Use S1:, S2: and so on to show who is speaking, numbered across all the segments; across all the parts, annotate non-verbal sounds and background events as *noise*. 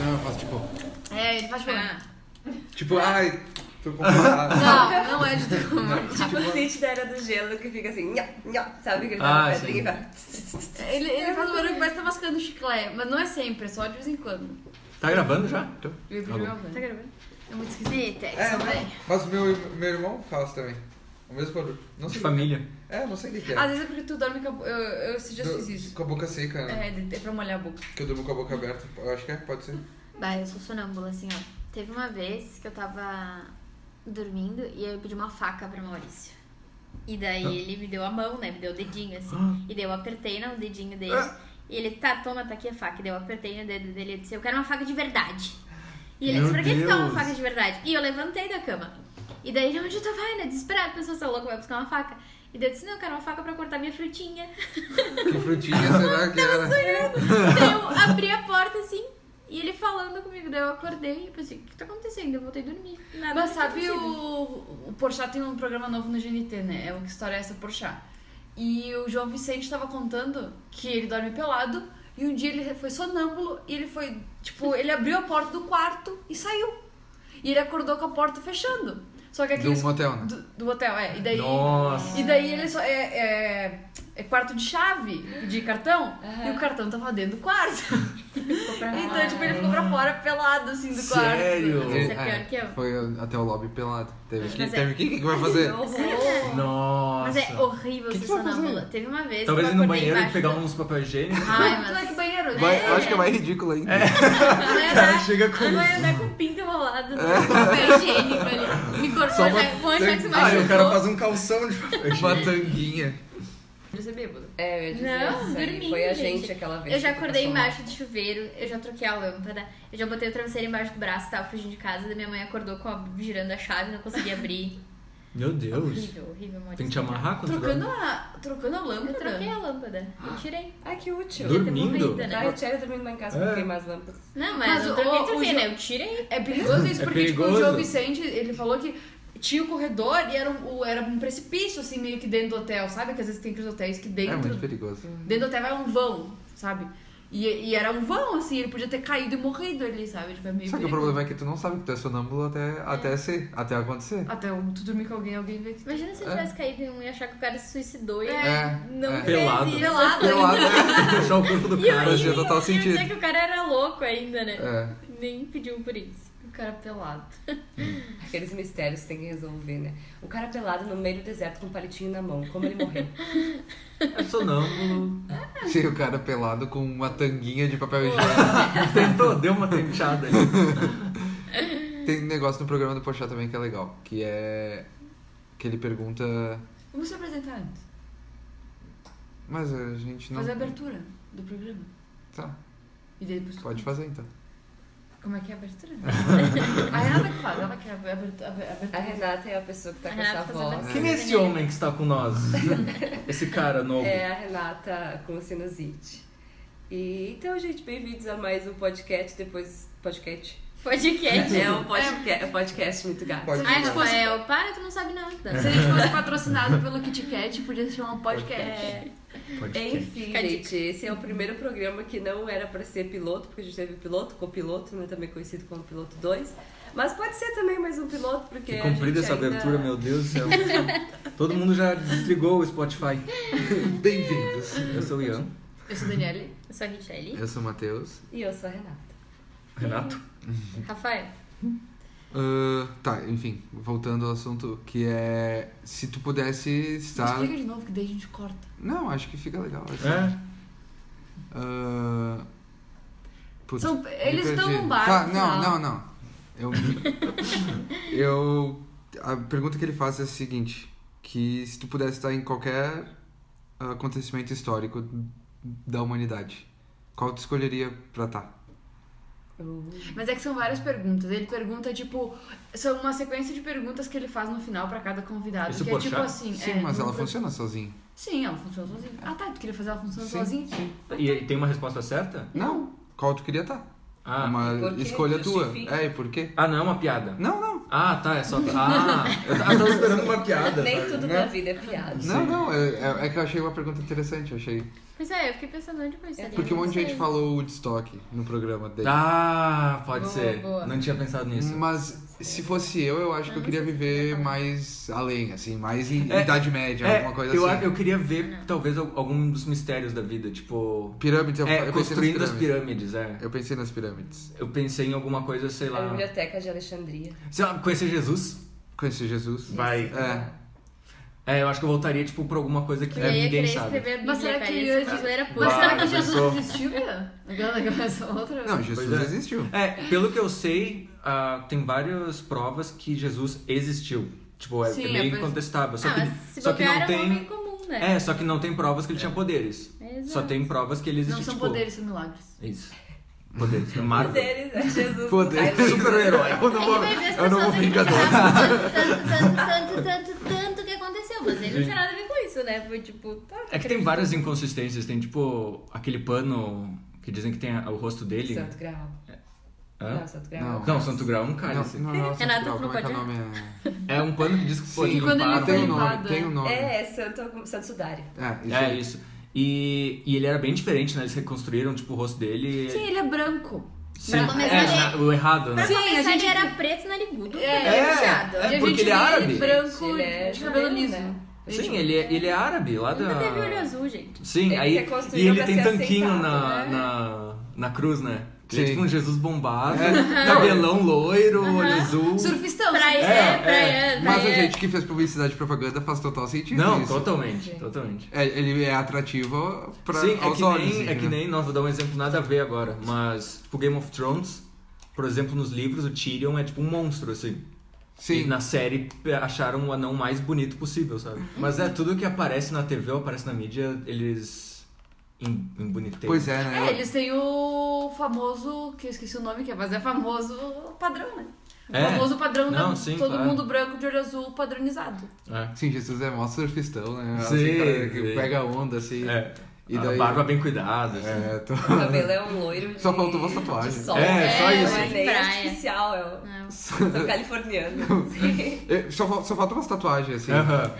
S1: Não, eu faço tipo.
S2: É, ele faz tipo.
S1: Tipo, ai, tô confortável.
S2: *laughs* Não, não é de todo mundo.
S3: Tipo o City da Era do Gelo, que fica assim, nha, nha, sabe? Que ele tá na
S4: Ah,
S3: pedra
S4: sim.
S3: e vai...
S2: Ele, ele faz um barulho que parece que tá mascando chiclete, mas não é sempre, é só de vez em quando.
S4: Tá gravando já? Então,
S2: Eu
S4: Tá bom.
S2: tá gravando? É muito esquisito.
S1: É, né? Mas meu, meu irmão faz também. O mesmo barulho. Não
S4: de
S1: sei.
S4: família.
S1: É, não sei o que que é.
S2: Às vezes é porque tu dorme com a bo- Eu, eu esse dia
S1: Do-
S2: fiz isso.
S1: Com a boca seca, né?
S2: É, de- é pra molhar a boca.
S1: Que eu durmo com a boca aberta. Eu acho que é, pode ser.
S5: Bah, eu sou sonâmbula, assim, ó. Teve uma vez que eu tava dormindo e eu pedi uma faca pra Maurício. E daí
S4: Ah.
S5: ele me deu a mão, né? Me deu o dedinho, assim. E daí eu apertei no dedinho dele.
S4: Ah.
S5: E ele, tá, toma, tá aqui a faca. E daí eu apertei no dedo dele e disse, eu quero uma faca de verdade. E ele
S4: Meu
S5: disse, pra que tu quer uma
S4: Deus.
S5: faca de verdade? E eu levantei da cama. E daí ele, onde tu vai, né? Desesperado, pensou, você é louco, vai buscar uma faca. E daí eu disse, não, eu quero uma faca pra cortar minha frutinha.
S1: *laughs* Que frutinha será que era?
S5: Daí eu abri a porta assim e ele falando comigo. Daí eu acordei e pensei, o que tá acontecendo? Eu voltei a dormir. Nada
S2: Mas
S5: tinha
S2: sabe
S5: acontecido.
S2: o, o Porchat tem um programa novo no GNT, né? É o que história é essa Porchat. E o João Vicente tava contando que ele dorme pelado e um dia ele foi sonâmbulo e ele foi, tipo, ele abriu a porta do quarto e saiu. E ele acordou com a porta fechando. Só que
S1: Do
S2: aqueles
S1: motel, né?
S2: do, do hotel, é. E daí
S4: um Nossa.
S2: e daí ele só. É, é, é quarto de chave, de cartão, e o cartão tava dentro do quarto. então, tipo, ele ficou pra fora pelado, assim, do quarto.
S4: Sério?
S5: Isso é pior que eu.
S1: Foi até o lobby pelado. Teve que,
S5: Mas é-
S1: teve que, que que vai fazer?
S4: Nossa.
S5: Mas é horrível
S4: Que
S5: ser
S4: que tu vai fazer?
S5: sonâmbula. Teve uma vez
S4: Talvez ir
S5: que eu
S4: no
S5: acordei
S4: banheiro e
S5: embaixo
S4: pegar um-
S5: do-
S4: uns papel higiênico.
S5: *laughs* Ai,
S4: *laughs*
S2: Tu é
S5: mas...
S2: que banheiro, né?
S1: Vai- eu acho que é mais ridículo ainda.
S5: Não
S4: cara
S5: ia dar-
S4: chega com
S5: Não ia
S4: isso. É.
S5: andar com o pinto enrolado no papel higiênico ali. Me cortou
S1: uma-
S5: já, um anjo já que se
S4: Ah,
S5: machucou.
S4: o cara faz um calção de papel
S1: Uma
S4: higiênico.
S1: tanguinha.
S2: Ele é bêbado.
S3: É, eu ia dizer
S5: Não,
S3: isso aí.
S5: dormi,
S3: Foi a gente,
S5: gente.
S3: aquela vez.
S5: Eu já
S4: tá
S3: que tu
S5: acordei
S3: passou
S5: embaixo do chuveiro, eu já troquei a lâmpada, eu já botei o travesseiro embaixo do braço, tava fugindo de casa, daí minha mãe acordou com a, girando a chave, não conseguia abrir.
S4: Meu Deus.
S5: Horrível, horrível, um Maurício.
S4: Tem que te amarrar quando tu
S2: Trocando
S4: dorme?
S2: a, trocando a
S5: Eu
S2: lâmpada?
S5: troquei a lâmpada, Ah, eu tirei.
S3: mal. Ai, que útil.
S4: Dur- Dormindo?
S5: Ia ter morrido,
S3: Ai, eu
S5: né?
S3: tinha dormindo lá em casa
S4: É.
S3: porque queimar as lâmpadas.
S5: Não, mas,
S2: Mas
S5: eu
S2: o-
S5: troquei,
S2: o
S5: troquei,
S2: Jo-
S5: né? Eu tirei.
S2: É perigoso isso,
S4: É
S2: porque tipo, o
S4: perigoso.
S2: João Vicente, ele falou que tinha o corredor e era um, o- era um precipício, assim, meio que dentro do hotel, sabe? Que às vezes tem aqueles hotéis que
S1: É
S2: dentro,
S1: muito perigoso.
S2: dentro do hotel é um vão, sabe? E, e era um vão, assim, ele podia ter caído e morrido ali, sabe? Tipo, é meio
S1: Só que o
S2: perigoso.
S1: problema é que tu não sabe que tu é sonâmbulo até, até, ser, até acontecer.
S2: Até o- tu dormir com alguém, alguém vê que...
S5: Imagina se eu
S1: É.
S5: tivesse caído em um e achar que o cara se suicidou e
S1: É,
S5: não
S1: é.
S5: fez
S4: Pelado.
S5: isso.
S2: Pelado.
S1: Pelado,
S4: *laughs*
S1: né?
S4: Puxar o corpo do
S5: E eu
S4: cara.
S1: Fazia
S5: ia,
S1: total
S5: eu ia
S1: sentido.
S5: dizer que o cara era louco ainda, né?
S1: É.
S5: Nem pediu por isso.
S2: O cara pelado.
S3: Aqueles mistérios que tem que resolver, né? O cara pelado no meio do deserto com um palitinho na mão. Como ele morreu?
S4: É sonâmbulo.
S1: Se o cara pelado com uma tanguinha de papel higiênico.
S4: Tentou, deu uma tenteada ali.
S1: Tem um negócio no programa do Pochá também que é legal. Que é. Que ele pergunta.
S2: Vamos se apresentar antes.
S1: Mas a gente não.
S2: Fazer a abertura do programa.
S1: Tá,
S2: E daí depois tu
S1: pode fazer então.
S2: Como é que é a abertura? a Renata que faz, ela que é a abertu- a
S3: A
S2: abertura.
S3: Renata é a pessoa que tá
S5: A
S3: com
S5: Renata
S3: essa
S5: tá
S3: voz.
S5: fazendo-
S4: Quem é esse homem que está com nós? Esse cara novo.
S3: É a Renata com sinusite. E então, gente, bem-vindos a mais um podcast depois. Podcast.
S5: Podcast.
S3: É um podcast, podcast muito gato.
S1: Pode
S5: *laughs* Ai,
S1: fazer.
S5: Rafael, para, tu não sabe nada.
S4: É.
S2: Se a gente fosse patrocinado pelo Kit Kat, podia se chamar um
S5: É.
S2: podcast.
S4: Podcast.
S3: Enfim,
S5: Fica a
S3: gente, esse é o primeiro programa que não era pra ser piloto, porque a gente teve piloto, copiloto, né, também conhecido como piloto 2. Mas pode ser também mais um piloto, porque.
S4: Que
S3: a
S4: comprida
S3: gente
S4: essa
S3: ainda-
S4: abertura, meu Deus do céu. Todo mundo já desligou o Spotify.
S1: Bem-vindos.
S4: Eu sou o Ian.
S2: Eu sou Daniele.
S5: Eu sou a Richelle.
S1: Eu sou o Matheus.
S3: E eu sou a Renata.
S4: Renato.
S5: Rafael.
S1: Ah, tá, enfim, voltando ao assunto, que é. Se tu pudesse estar.
S2: Explica de novo, que daí a gente corta.
S1: Não, acho que fica legal. Assim.
S4: É?
S1: Ah, putz,
S2: São-
S1: me
S2: eles estão
S1: perdi.
S2: num bar,
S1: Tá,
S2: no
S1: não,
S2: final.
S1: não, não. Eu,
S2: *laughs*
S1: eu. A pergunta que ele faz é a seguinte: que se tu pudesse estar em qualquer acontecimento histórico da humanidade, qual tu escolheria pra tá? estar?
S2: Mas é que são várias perguntas. Ele pergunta, tipo, são uma sequência de perguntas que ele faz no final pra cada convidado.
S4: Esse
S2: que
S4: Porchat?
S2: é tipo assim.
S1: Sim,
S2: é,
S1: mas ela
S2: pergunta-
S1: funciona sozinha.
S2: Sim, ela funciona sozinha. Ah, tá, tu queria fazer ela funcionar
S1: Sim,
S2: sozinha?
S4: E tem uma resposta certa?
S1: Não, qual tu queria estar?
S4: Ah,
S1: Uma
S3: por quê?
S1: escolha tua.
S3: Justifica.
S1: É, e por quê?
S4: ah não é uma piada.
S1: Não, não.
S4: Ah, tá,
S5: *laughs*
S4: é só. Ah, eu ta- eu tava esperando uma piada.
S3: Nem
S4: sabe?
S3: tudo
S4: Né?
S3: na vida é piada.
S1: Não, não, é, é- é que eu achei uma pergunta interessante, eu achei.
S5: Pois é, eu fiquei pensando onde foi isso.
S1: Porque um monte de gente falou Woodstock no programa dele.
S4: Ah, pode
S5: Boa,
S4: ser.
S5: boa.
S4: Não tinha pensado nisso.
S1: Mas se fosse eu, eu acho que eu queria viver mais além, assim, mais em
S4: É,
S1: Idade Média,
S4: É,
S1: alguma coisa
S4: eu,
S1: assim.
S4: eu queria ver, talvez, al- algum dos mistérios da vida, tipo.
S1: Pirâmides, eu,
S4: é,
S1: eu pensei nas
S4: construindo
S1: pirâmides.
S4: as pirâmides, é.
S1: Eu pensei nas pirâmides.
S4: Eu pensei em alguma coisa, sei
S3: A
S4: lá.
S3: biblioteca de Alexandria.
S4: Sei lá, conhecer Jesus.
S1: Conheci Jesus.
S4: Vai.
S1: É.
S4: É, eu acho que eu voltaria, tipo, pra alguma coisa que
S5: Eu ia
S4: ninguém
S5: querer
S4: sabe.
S5: escrever a Bíblia,
S2: Mas será que
S5: cara, ia
S2: eu
S5: ser
S2: ia-
S5: zoeira
S4: Mas
S5: pura.
S2: Mas será que
S4: Claro,
S2: Jesus
S4: pessoal.
S2: existiu, Bia? Agora que começa é outra.
S1: Não, Jesus
S4: Pois é.
S1: existiu.
S4: *laughs* É, pelo que eu sei, ah, tem várias provas que Jesus existiu. Tipo, é,
S2: Sim,
S4: é meio
S2: é, pois-
S4: incontestável. Só
S5: ah,
S4: que,
S5: mas se
S4: só que
S5: bobear
S4: não
S5: era um homem
S4: tem.
S5: comum, né?
S4: É, só que não tem provas que ele tinha poderes. Só
S5: Exato.
S4: tem provas que ele existiu.
S2: Não são
S4: tipo,
S2: poderes, são milagres.
S4: Isso. Poderes. da Marvel.
S3: Poderes, é Jesus.
S1: Poder.
S3: Ai,
S1: Super-herói. Eu
S5: *laughs* É
S1: não
S5: que
S1: vou,
S5: vai ver as
S1: eu não vou
S5: pessoas aqui
S1: vingador.
S5: tanto, tanto, tanto, tanto, tanto, tanto que aconteceu. Mas ele não tinha nada a ver com isso, né? Foi tipo... Tá,
S4: É que tem várias inconsistências. Tem, tipo, aquele pano que dizem que tem a- o rosto dele.
S3: Santo Graal.
S4: Hã?
S3: Não, Santo Graal.
S1: Não.
S3: é o
S4: Não, Santo Grau é um
S1: Não,
S4: cálice.
S1: não, não,
S5: Renato,
S1: não,
S5: tu não
S1: como é que é o
S5: pode-
S1: nome? É...
S4: É um pano que diz que foi
S2: Que quando ele
S4: limpado.
S2: foi
S1: Tem um nome,
S2: limpado,
S1: tem um
S2: é.
S1: nome.
S3: É, é Santo, Santo Sudário.
S1: É, isso
S4: É
S1: aí.
S4: isso. E, e ele era bem diferente, né? Eles reconstruíram, tipo, o rosto dele.
S2: Sim, ele é branco.
S4: Sim,
S5: Pra começar,
S4: é,
S5: ele-
S4: na- o errado, né?
S5: Pra
S2: Sim, a
S5: começar,
S2: gente-
S5: ele era preto né? narigudo,
S2: É,
S5: cabelo
S4: é,
S5: puxado.
S4: é.
S2: E a
S4: porque
S2: gente
S4: ele é
S2: vê
S4: árabe.
S2: branco
S3: Ele é
S2: de cabelo
S3: judeu,
S2: liso.
S3: né?
S4: Sim, ele é, ele é árabe lá da.
S5: Nunca teve olho azul, gente.
S4: Sim,
S3: Ele
S4: aí.
S3: se
S4: E
S3: construiu
S4: ele
S3: pra
S4: tem
S3: ser
S4: tanquinho
S3: aceitado,
S4: na,
S3: né?
S4: na, na cruz, né? Ele é
S1: Sim. É.
S4: tipo um Jesus bombado, *laughs* cabelão loiro, olho azul.
S2: Surfistão.
S5: Pra ele,
S2: surfistão.
S5: é,
S4: É,
S5: pra
S4: é.
S5: ele.
S1: Mas a gente que fez publicidade e propaganda faz total sentido
S4: Não,
S1: isso.
S4: totalmente,
S3: Sim.
S4: totalmente.
S1: É, ele é atrativo pra,
S4: Sim, é
S1: aos
S4: que,
S1: olhos.
S4: nem, é
S1: assim,
S4: que
S1: né?
S4: nem, nós vou dar um exemplo nada a ver agora, mas tipo Game of Thrones, por exemplo, nos livros o Tyrion é tipo um monstro, assim. E
S1: Sim,
S4: na série p- acharam o anão mais bonito possível,
S3: Uhum.
S4: sabe? Mas é tudo que aparece na TV ou aparece na mídia, eles em- emboniteiam.
S1: pois é, né?
S2: É, eles têm o famoso, que eu esqueci o nome, que é, mas é famoso padrão, né? O
S4: É.
S2: famoso padrão
S4: Não,
S2: da
S4: sim,
S2: todo
S4: claro.
S2: mundo branco de olho azul padronizado.
S4: É.
S1: Sim, Jesus é mó surfistão, né?
S4: Sim,
S1: assim, cara, que
S4: sim.
S1: pega onda, assim.
S4: É.
S1: E
S4: a
S1: daí-
S4: barba bem cuidada, assim.
S1: É, tô- *laughs*
S3: O cabelo é um loiro de...
S1: Só faltou uma tatuagem.
S3: de sol.
S4: É, só isso.
S3: Não é nem
S5: Praia.
S3: artificial, é o...
S5: Não.
S3: São
S4: *laughs*
S3: californiano. Sim.
S1: É, Só, fal- só falta umas tatuagens, assim.
S4: Aham.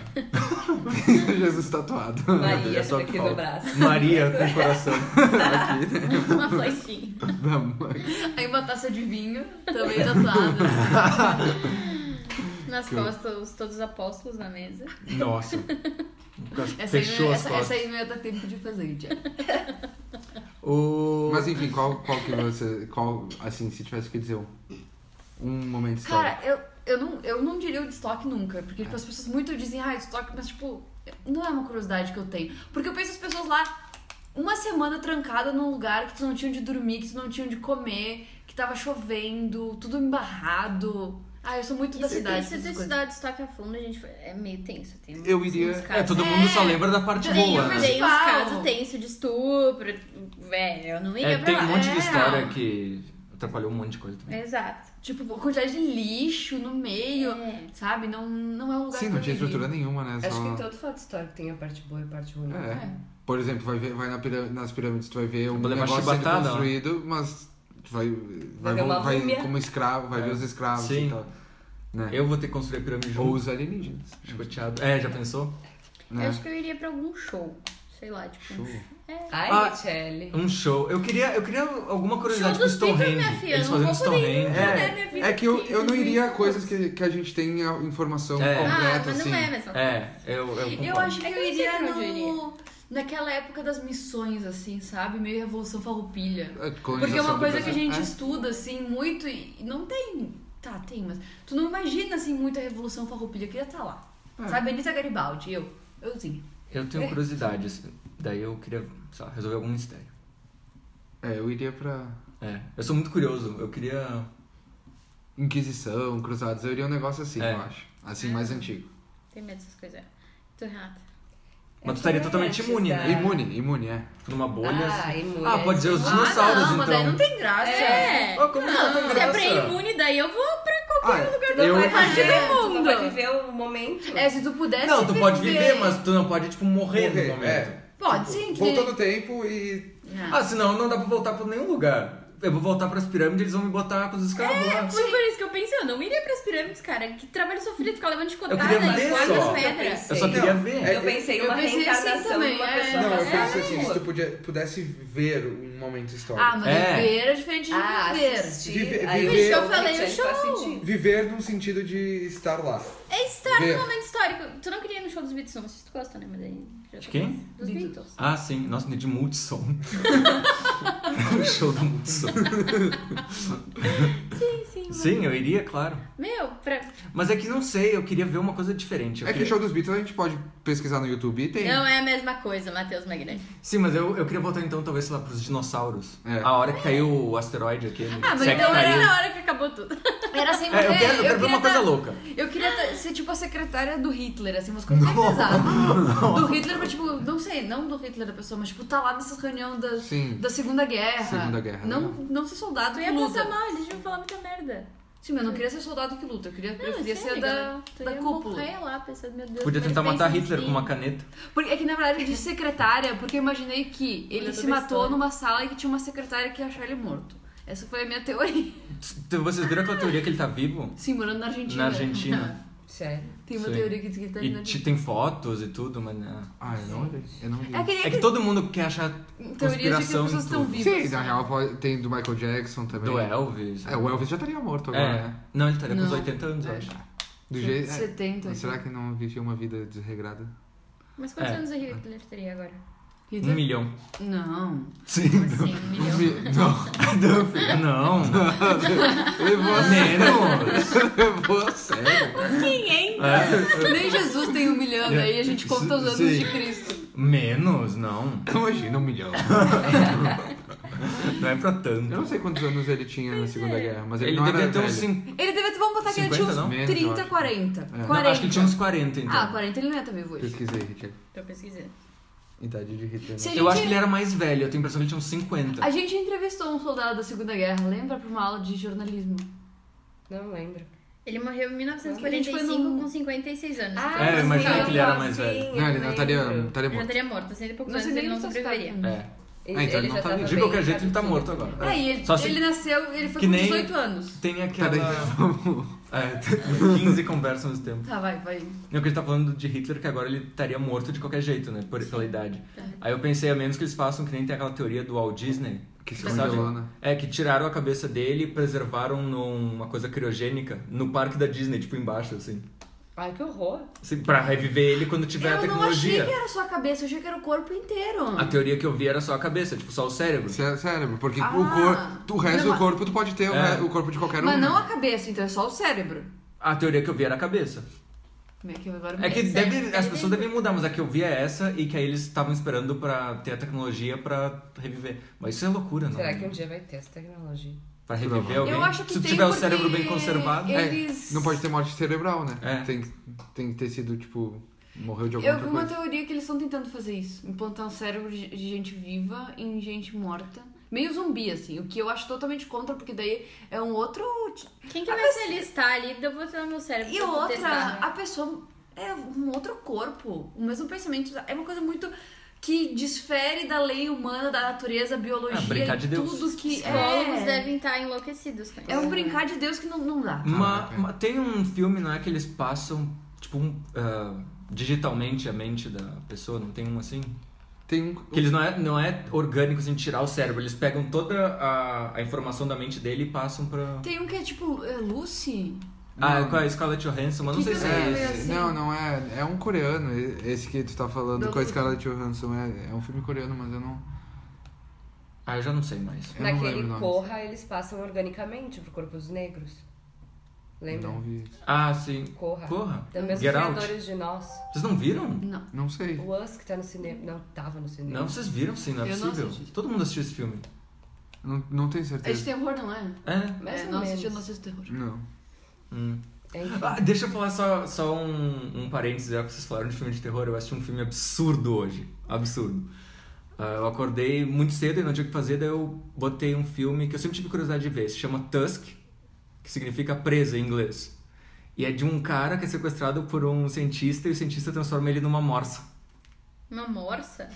S1: *laughs* Jesus tatuado. *laughs*
S3: Maria,
S4: É só
S3: tá
S4: o que
S3: aqui
S4: falta.
S3: no braço.
S4: Maria com coração.
S5: *laughs* Uma assim, flechinha.
S1: Vamos.
S2: Aí uma taça de vinho, também tatuada.
S4: *laughs*
S5: Nas costas, os- todos os apóstolos na mesa.
S4: Ah, Nossa.
S2: Essa aí,
S4: Fechou
S2: não, é-
S4: as
S2: essa,
S4: costas.
S2: essa aí não ia dar tempo de fazer, já.
S4: O...
S1: Mas enfim, qual, qual que você. Qual, assim, se tivesse que dizer um, um momento histórico.
S5: Então.
S2: Cara, eu, eu, não, eu não diria o de estoque nunca, porque
S5: É.
S2: tipo, as pessoas muito dizem, ah, estoque, mas tipo, não é uma curiosidade que eu tenho. Porque eu penso as pessoas lá uma semana trancada num lugar que tu não tinha onde dormir, que tu não tinha onde comer, que tava chovendo, tudo embarrado. Ah, eu sou muito da
S5: Isso,
S2: cidade.
S5: isso
S2: essas
S5: de
S2: coisas.
S5: estudar de estoque a fundo, a gente foi- é meio tenso. Tem uns-
S1: Eu iria-
S5: uns
S4: É,
S5: casos- É,
S4: todo mundo só lembra da parte
S5: tem,
S4: boa, né?
S5: tem uns
S2: Festival.
S5: casos tenso de estupro. Velho, eu não ia
S4: É,
S5: pra
S4: tem
S5: lá.
S4: um monte de
S5: É.
S4: história que atrapalhou um monte de coisa também.
S5: Exato.
S2: Tipo, a quantidade de lixo no meio,
S5: É.
S2: sabe? Não, não é um lugar
S1: Sim,
S2: que
S1: não
S2: eu
S1: tinha
S2: iria.
S1: estrutura nenhuma, né?
S3: Acho
S1: Só-
S3: que em todo fato histórico tem a parte boa e a parte ruim.
S1: É. Por exemplo, vai, ver, vai na pirâ- nas pirâmides, tu vai ver um
S4: Vou levar
S1: negócio sendo
S4: chibatada, né? ó.
S1: construído, mas tu vai, vai,
S3: Vai ver uma
S1: vai
S3: múmia.
S1: como escravo, vai
S4: É.
S1: ver os escravos
S4: Sim.
S1: e tal. Né?
S4: Eu vou ter que construir a pirâmide
S1: Ou
S4: junto.
S1: os alienígenas.
S4: Chicoteado. É, já pensou?
S1: Né?
S5: Eu acho que eu iria pra algum show. Sei lá, tipo.
S1: Show.
S3: Ai,
S4: Ah.
S3: Michele.
S4: Um show. Eu queria, eu queria alguma curiosidade
S5: Show dos
S4: com Stonehenge.
S5: Beatles, minha filha,
S4: Eles
S5: eu não
S4: fazendo
S5: vou poder ir.
S4: Stonehenge.
S5: É.
S4: É.
S5: minha vida
S1: É que eu,
S5: aqui,
S1: eu não iria a
S5: gente.
S1: coisas que, que a gente tem a informação
S4: É.
S5: Ah,
S1: completa,
S5: mas
S1: assim.
S5: não é a mesma coisa.
S4: É, eu, eu concordo.
S2: Eu acho que
S5: É que
S2: eu
S5: eu não sei
S2: iria
S5: pra onde eu
S2: no... naquela época das missões, assim, sabe? Meio Revolução Farroupilha.
S1: A colonização
S2: Porque é uma
S1: do
S2: coisa que a
S1: Brasil.
S2: gente
S1: É.
S2: estuda, assim, muito e e não tem... Tá, tem, mas tu não imagina, assim, muito a Revolução Farroupilha. Eu queria estar lá.
S1: É.
S2: Sabe? Elisa Garibaldi, eu. Euzinho.
S4: Eu tenho curiosidade, assim. Daí eu queria, sei lá, resolver algum mistério.
S1: É, eu iria pra
S4: É. Eu sou muito curioso. Eu queria...
S1: Inquisição, Cruzados, eu iria um negócio assim,
S4: É.
S1: eu acho. Assim, mais antigo.
S5: Tem medo dessas coisas. Tu, Renata.
S4: Mas tu estaria totalmente imune, né?
S3: É.
S1: Imune, imune, é.
S4: Numa bolha.
S3: Ah,
S4: assim.
S3: imune.
S4: ah pode dizer os dinossauros,
S2: ah, não, mas daí não
S4: então.
S2: tem graça.
S5: É.
S4: Ah, como não, tem
S5: se é pra
S4: graça?
S5: imune, daí eu vou pra
S1: Ah,
S5: qualquer lugar do
S1: eu-
S5: mundo.
S3: vai
S5: Parte
S3: viver,
S5: do
S3: tu
S5: mundo.
S3: não vai viver o momento.
S2: É, se tu pudesse
S4: Não, tu pode viver, mas tipo, tu não pode, tipo, morrer,
S1: Morrer,
S4: no momento.
S1: é.
S2: Pode sim, que...
S1: Voltou no tempo e
S2: Ah.
S4: Ah, senão não dá pra voltar pra nenhum lugar. eu vou voltar pras pirâmides e eles vão me botar com os escravos
S2: É,
S4: lá.
S5: Foi por isso que eu pensei, eu não iria pras pirâmides, cara. Que trabalho sofrido, ficar levando chicotada,
S4: Eu queria ver
S5: guarda
S4: só.
S5: as pedras.
S4: Eu só
S3: Não,
S4: queria ver.
S1: é-
S3: Então, Eu pensei
S2: Eu
S3: uma
S2: pensei assim
S3: reencarnação
S2: também,
S3: de uma
S2: é.
S3: pessoa tipo,
S1: Não, eu
S3: passada.
S1: penso assim,
S4: tipo,
S1: se tu podia- pudesse ver um momento histórico.
S2: Ah, mas
S4: É.
S2: viver é diferente de
S3: Ah,
S2: viver.
S3: assistir.
S1: Viver-
S3: Aí
S1: viver-
S5: Por isso que eu falei,
S3: realmente,
S5: o
S3: aí faz
S5: show.
S3: sentido.
S1: Viver num sentido de estar lá.
S5: É história,
S1: Ver.
S5: um momento histórico. Tu não queria ir no show dos Beatles, não sei se tu gosta, né? Mas aí. já
S4: De
S5: tá
S4: quem?
S5: bom. Dos
S2: Beatles.
S5: Beatles.
S4: Ah, sim. Nossa, de multissom. *laughs* o show do multissom.
S5: Sim, sim. mas-
S4: Sim, eu iria, claro.
S5: Meu, pra.
S4: Mas é que não sei, eu queria ver uma coisa diferente. Eu
S1: É que o
S4: queria-
S1: show dos Beatles a gente pode pesquisar no YouTube e tem.
S5: Não é a mesma coisa, Matheus Magrani.
S4: Sim, mas eu, eu queria voltar então, talvez, sei lá, pros dinossauros.
S1: É.
S4: A hora que caiu o asteroide aqui.
S2: Ah, mas
S4: se é que
S2: então era-
S4: caiu.
S5: Na hora que acabou tudo.
S2: Era sempre.
S4: É, eu quero, eu quero ver
S2: queria
S4: uma coisa
S2: tá-
S4: louca.
S2: Eu
S4: Ah.
S2: queria tá- ser tipo a secretária do Hitler, assim, umas coisas bem pesadas. Do Hitler, mas tipo, não sei, não do Hitler da pessoa, mas tipo, tá lá nessa reunião da,
S1: Sim.
S2: da Segunda Guerra.
S1: Segunda Guerra,
S2: Não,
S1: legal.
S2: não ser soldado
S5: Tu
S2: que
S5: ia passar
S2: luta.
S5: mal, eles iam falar muita merda.
S2: Sim, mas eu não queria ser soldado que luta, eu queria,
S5: Não,
S2: preferia
S5: isso é
S2: ser da,
S5: legal. Tu
S2: da
S5: ia
S2: cúpula.
S5: morrer lá, pensando, meu Deus.
S4: Podia
S5: mas
S4: tentar
S5: pensa
S4: matar
S5: em
S4: Hitler
S5: si.
S4: com uma caneta.
S2: Porque é que na verdade eu disse secretária, porque eu imaginei que ele
S5: Olha
S2: se
S5: toda a
S2: matou
S5: história.
S2: numa sala e que tinha uma secretária que ia achar ele morto. Essa foi a minha teoria. *laughs*
S4: Então, Vocês viram aquela teoria que ele tá vivo?
S2: Sim, morando na Argentina.
S4: Na Argentina.
S3: Sério.
S2: *laughs* Tem uma
S4: Sim.
S2: teoria que diz que ele tá indo na
S4: E te-
S2: Argentina.
S4: tem fotos e tudo, mas. né.
S1: Ah, eu não olhei. Eu não vi.
S2: É que, é
S4: É que todo mundo quer achar
S2: que teorias de que as
S4: conspiração
S2: pessoas
S4: em
S2: estão
S4: tudo.
S2: vivas.
S1: Sim, na real pode- tem do Michael Jackson também.
S4: Do Elvis.
S1: É, o Elvis já estaria morto agora,
S4: É.
S1: né?
S4: Não, ele estaria com uns
S2: Não.
S4: 80 anos, eu
S2: É.
S4: acho.
S1: Do jeito. é.
S2: 70.
S1: Mas será que não vivia uma vida desregrada?
S5: Mas quantos
S4: É.
S5: anos o Hitler teria agora?
S4: Um
S2: Hitler?
S4: milhão.
S2: Não.
S4: Sim.
S5: Sim, um milhão.
S2: assim?
S1: *laughs* Não, *laughs*
S4: Não. Menos.
S1: levou
S4: Né?
S1: *laughs* sério.
S5: 500!
S4: É.
S2: Nem Jesus tem um milhão,
S4: É.
S2: aí a gente conta os anos
S4: Sim.
S2: de Cristo.
S4: Menos, não.
S1: Imagina um milhão.
S4: Não é pra
S1: Eu não
S4: tanto.
S1: sei quantos anos ele tinha na Segunda
S2: é.
S1: Guerra, mas ele,
S4: Ele
S1: não era
S4: devia ter uns
S1: velho.
S4: 50.
S2: Ele deve ter, vamos botar que ele tinha
S4: 50,
S2: uns
S4: não?
S1: Menos,
S2: 30,
S1: eu acho.
S2: 40.
S1: Não,
S2: 40.
S4: É. Acho que ele tinha uns 40, então.
S2: Ah, 40 ele não ia estar vivo hoje.
S1: Pesquisei, Richard.
S5: Tô pesquisando.
S1: Idade de Hitler. né?
S2: Sim.
S4: Eu
S2: gente-
S4: acho que ele era mais velho, eu tenho a impressão que ele tinha uns 50.
S2: A gente entrevistou um soldado da Segunda Guerra, lembra? Pra uma aula de jornalismo.
S3: Não lembro.
S5: Ele morreu em 1945
S2: Ele foi num-
S5: com 56 anos. então.
S4: É, eu
S3: Ah, sim,
S4: imaginava que ele é era mais
S3: sim,
S4: velho.
S1: Não, ele não estaria,
S3: lembro.
S1: estaria
S5: Ele Ah, já
S1: morto.
S5: estaria morto, assim, ele poucos
S2: Não sei
S5: anos
S2: nem
S5: ele não
S2: os seus
S5: sobreviveria.
S2: dados.
S4: É.
S1: Ah, então ele não tá
S3: tava assim.
S1: vivo.
S4: De
S3: bem
S4: qualquer jeito, ele tá
S3: cabeçudo.
S4: morto agora.
S2: É, e ele,
S4: Só se-
S2: ele nasceu, ele foi
S4: Que
S2: com
S4: nem-
S2: 18 anos.
S4: Tem aquela.
S1: Peraí, vamos.
S4: *laughs* É, 15 conversam ao mesmo tempo.
S2: Tá, vai, vai.
S4: Não, que ele tá falando de Hitler, que agora ele estaria morto de qualquer jeito, né? Por, pela idade.
S2: É.
S4: Aí eu pensei, a menos que eles façam que nem tem aquela teoria do Walt Disney.
S1: Que se
S4: Você sabe?
S1: congelou, né?
S4: É, que tiraram a cabeça dele e preservaram numa coisa criogênica no parque da Disney, tipo embaixo, assim.
S3: Ai, que horror.
S4: assim pra reviver ele quando tiver a
S2: Eu não achei
S4: tecnologia.
S2: que era só a cabeça, eu achei que era o corpo inteiro.
S4: A teoria que eu vi era só a cabeça, tipo, só o cérebro.
S1: Cé- Cérebro, porque
S2: Ah.
S1: o corpo. O resto
S2: Não,
S1: do corpo tu pode ter o,
S4: É.
S1: re- o corpo de qualquer um.
S2: Mas
S1: né?
S2: não a cabeça, então é só o cérebro.
S4: A teoria que eu vi era a cabeça.
S2: Como é que agora
S4: É que
S5: Sim,
S4: deve, as
S5: sim.
S4: pessoas devem mudar, mas a que eu vi é essa e que aí eles estavam esperando pra ter a tecnologia pra reviver. Mas isso é loucura, não?
S3: Será que um dia vai ter essa tecnologia?
S4: Pra reviver alguém?
S2: Eu acho que
S4: Se tu
S2: tem
S4: tiver o
S2: porque
S4: cérebro bem conservado. né?
S1: É,
S2: Eles-
S1: não pode ter morte cerebral, né?
S4: É.
S1: Tem, que- tem que ter sido, tipo, morreu de alguma
S2: Eu vi
S1: outra
S2: uma
S1: coisa.
S2: teoria que eles estão tentando fazer isso. Implantar um cérebro de de gente viva em gente morta. Meio zumbi, assim. O que eu acho totalmente contra, porque daí é um outro...
S5: Quem que vai se alistar ali? Eu vou tirar meu cérebro.
S2: E
S5: É pra
S2: outra,
S5: testar, né?
S2: a pessoa é um outro corpo. O mesmo pensamento. É uma coisa muito... Que desfere da lei humana, da natureza, biologia
S4: Ah, brincar de
S2: e
S4: Deus.
S2: tudo que
S5: Psicólogos
S2: é.
S5: devem né? estar enlouquecidos com isso.
S2: É um brincar de Deus que não, não dá.
S4: Ma-
S1: Caraca.
S4: ma- tem um filme, não é, que eles passam, tipo, um, ah, digitalmente a mente da pessoa, não tem um assim?
S1: Tem um.
S4: Que eles não é, não é orgânico, assim, tirar o cérebro. Eles pegam toda a, a informação da mente dele e passam pra...
S2: Tem um que é tipo... É Lucy?
S4: Ah, é
S1: Não.
S4: com a Scarlett Johansson, mas não
S2: Que
S4: sei se
S2: filme
S4: é
S2: é
S4: esse.
S2: esse? assim.
S1: Não, não é. É um coreano, e- esse que tu tá falando
S2: Não,
S1: com a
S2: não.
S1: Scarlett Johansson. É, é um filme coreano, mas eu não.
S4: Ah, eu já não sei mais.
S1: Eu não
S3: Naquele
S1: lembro o nome.
S3: Corra, eles passam organicamente pro corpo dos negros. Lembra?
S1: Não vi.
S4: Ah, sim.
S3: Corra.
S4: Corra.
S2: É
S3: Também mesmos
S4: Get Out.
S3: criadores de nós.
S4: Vocês não viram?
S2: Não.
S1: Não sei.
S3: O Us que tá no cinema. Não, tava no cinema.
S4: Não, vocês viram sim, não é
S2: Eu não
S4: possível.
S2: assisti.
S4: Todo mundo assistiu esse filme.
S1: Não, não tenho
S2: É de
S1: certeza.
S2: terror, não é?
S4: É?
S3: Mais
S2: é,
S3: ou
S2: não
S3: menos.
S2: assisti, eu não assisto
S1: *laughs*
S2: terror.
S1: Não.
S4: Hum.
S3: É, enfim.
S4: Ah, deixa eu falar só, só um, um parênteses, já que vocês falaram de filme de terror, eu assisti um filme absurdo hoje. Absurdo. Ah, eu acordei muito cedo e não tinha o que fazer, daí eu botei um filme que eu sempre tive curiosidade de ver, se chama Tusk, que significa presa em inglês. E é de um cara que é sequestrado por um cientista e o cientista transforma ele numa morsa. *laughs* É.
S5: Uma morsa?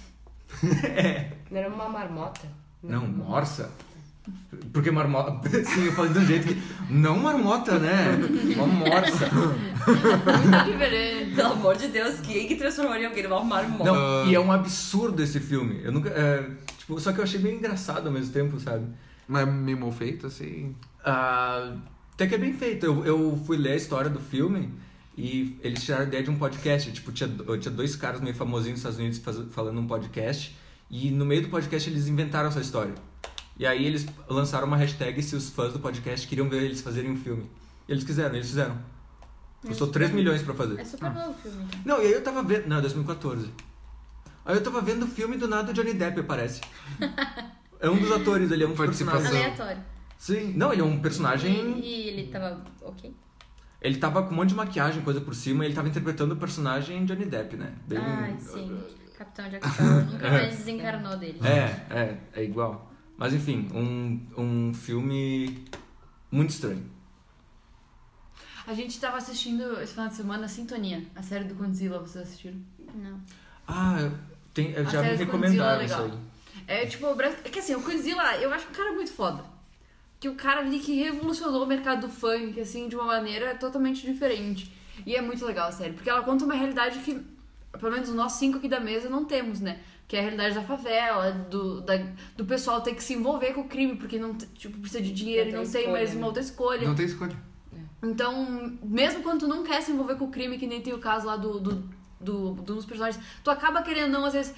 S3: Não era uma marmota?
S4: Não, morsa? Porque marmota. *laughs* Sim, eu falei de um jeito que. Não marmota, né? Uma morsa.
S2: Muito diferente.
S3: Pelo amor de Deus, quem é que transformaria alguém numa marmota?
S4: Não, e é um absurdo esse filme. Eu nunca. é, tipo, só que eu achei bem engraçado ao mesmo tempo, sabe?
S1: Não é meio mal feito, assim.
S4: Ah, até que é bem feito. Eu, eu fui ler a história do filme e eles tiraram a ideia de um podcast. Tipo, tinha, do- tinha dois caras meio famosinhos nos Estados Unidos faz- falando um podcast. E no meio do podcast eles inventaram essa história. E aí eles lançaram uma hashtag se os fãs do podcast queriam ver eles fazerem um filme. E eles quiseram, eles fizeram. Custou 3 milhões pra fazer.
S5: É super novo o filme. então.
S4: Não, e aí eu tava vendo. Não, é 2014. Aí eu tava vendo o filme e do nada o Johnny Depp aparece. É um dos atores, ele é um
S1: Participação.
S4: personagem.
S5: Aleatório.
S4: Sim, não, ele é um personagem.
S5: E, e ele tava ok?
S4: Ele tava com um monte de maquiagem, coisa por cima, e ele tava interpretando o personagem Johnny Depp, né? Bem-
S5: Ai, sim. Capitão Jack Sparrow
S4: *laughs*
S5: nunca mais desencarnou dele.
S4: É, é, é igual. Mas enfim, um, um filme muito estranho.
S2: A gente tava assistindo esse final de semana Sintonia, a série do Godzilla, vocês assistiram?
S5: Não.
S4: Ah, tem, eu
S2: A
S4: já me
S2: série do
S4: recomendaram isso
S2: Godzilla é
S4: aí.
S2: legal. É tipo, o Brasil. É que assim, o Godzilla, eu acho um cara muito foda. Que o cara ali que revolucionou o mercado do funk, assim, de uma maneira totalmente diferente. E é muito legal a série, porque ela conta uma realidade que, pelo menos nós cinco aqui da mesa, não temos, né? Que é a realidade da favela, do, da- do pessoal ter que se envolver com o crime, porque não, t- tipo, precisa de dinheiro,
S3: Não
S2: não,
S3: tem
S2: tem mais
S3: escolha, né?
S2: uma outra escolha.
S1: Não tem escolha.
S2: Então, mesmo quando tu não quer se envolver com o crime, que nem tem o caso lá do, do, do, de um dos personagens, tu acaba querendo não, às vezes,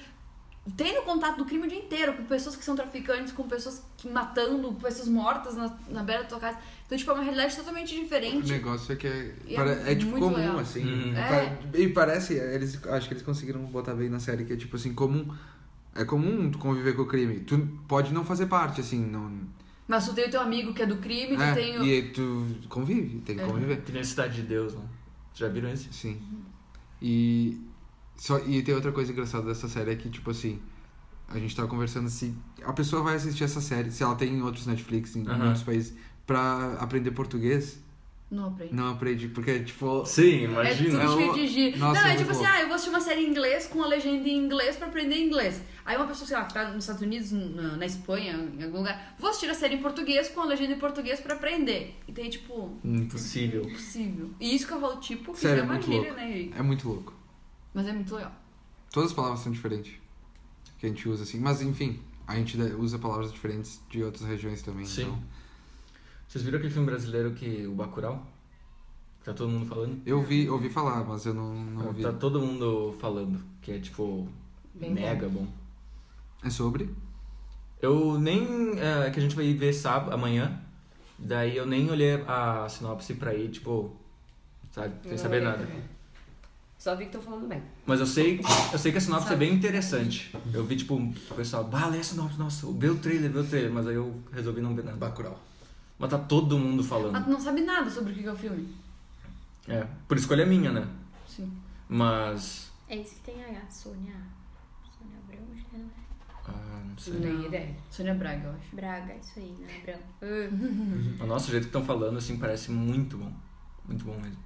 S2: tendo contato do crime o dia inteiro, com pessoas que são traficantes, com pessoas que matando, pessoas mortas na, na beira da tua casa. Então, tipo, é uma realidade totalmente
S1: O
S2: diferente.
S1: negócio é que é,
S2: E é
S1: pare- é, tipo
S2: muito
S1: comum,
S2: legal.
S1: assim.
S4: Uhum.
S2: É.
S1: Pa- E parece, eles, acho que eles conseguiram botar bem na série, que é tipo assim, comum. É comum tu conviver com o crime. Tu pode não fazer parte, assim, não.
S2: Mas tu tem o teu amigo que é do crime, tu
S1: É,
S2: tem o...
S1: E aí tu convive, tem que
S2: É.
S1: conviver.
S4: Que nem Cidade de Deus, né? Já viram esse?
S1: Sim. E, só, e tem outra coisa engraçada dessa série é que, tipo assim, a gente tava conversando se a pessoa vai assistir essa série, se ela tem em outros Netflix, em
S4: Aham.
S1: outros países, pra aprender português,
S2: Não aprende.
S1: não aprende, porque, tipo,
S4: Sim,
S2: É tudo
S4: imagina.
S1: É
S2: cheio
S1: o-
S2: de giro.
S1: Nossa,
S2: não,
S1: é
S2: é
S1: muito
S2: tipo assim,
S1: louco.
S2: ah, eu vou assistir uma série em inglês com a legenda em inglês pra aprender inglês. Aí uma pessoa, sei lá, que tá nos Estados Unidos, na, na Espanha, em algum lugar, vou assistir a série em português com a legenda em português pra aprender. E tem, tipo,
S4: É Impossível.
S2: impossível. E isso que eu falo, tipo, que
S1: Sério,
S2: é uma
S1: muito
S2: gíria,
S1: louco.
S2: né? e-
S1: é muito louco.
S2: Mas é muito legal.
S1: Todas as palavras são diferentes que a gente usa, assim, mas enfim, a gente da- usa palavras diferentes de outras regiões também.
S4: Sim.
S1: Então,
S4: Vocês viram aquele filme brasileiro que o Bacurau? Que Tá todo mundo falando?
S1: eu vi, ouvi falar, mas eu não, não ouvi.
S4: Tá todo mundo falando, que é tipo
S3: Bem
S4: mega bom.
S1: É sobre?
S4: Eu nem é, que a gente vai ver sábado amanhã. Daí eu nem olhei a sinopse pra ir, tipo, sabe, sem
S3: Não
S4: saber
S3: olhei
S4: nada.
S3: também. Só vi que tô falando bem.
S4: Mas eu sei, eu sei que a sinopse é bem interessante. Eu vi tipo o pessoal, bah, lê a sinopse, nossa, vê o trailer, vê o trailer, mas aí eu resolvi não ver nada.
S1: Bacurau.
S4: Mas tá todo mundo
S2: Mas
S4: falando.
S3: Ah.
S2: tu não sabe nada sobre o que que é o filme.
S4: É, por escolha minha, né?
S2: Sim.
S4: Mas
S5: É isso que tem a Sônia. Sônia Abrão, acho que é, não é?
S4: ah, não sei.
S3: Nem ideia.
S2: Sônia Braga, eu acho.
S5: Braga, isso aí, né? Abrão.
S3: Uhum.
S4: Uhum. O nosso jeito que estão falando, assim, parece muito bom. Muito bom mesmo.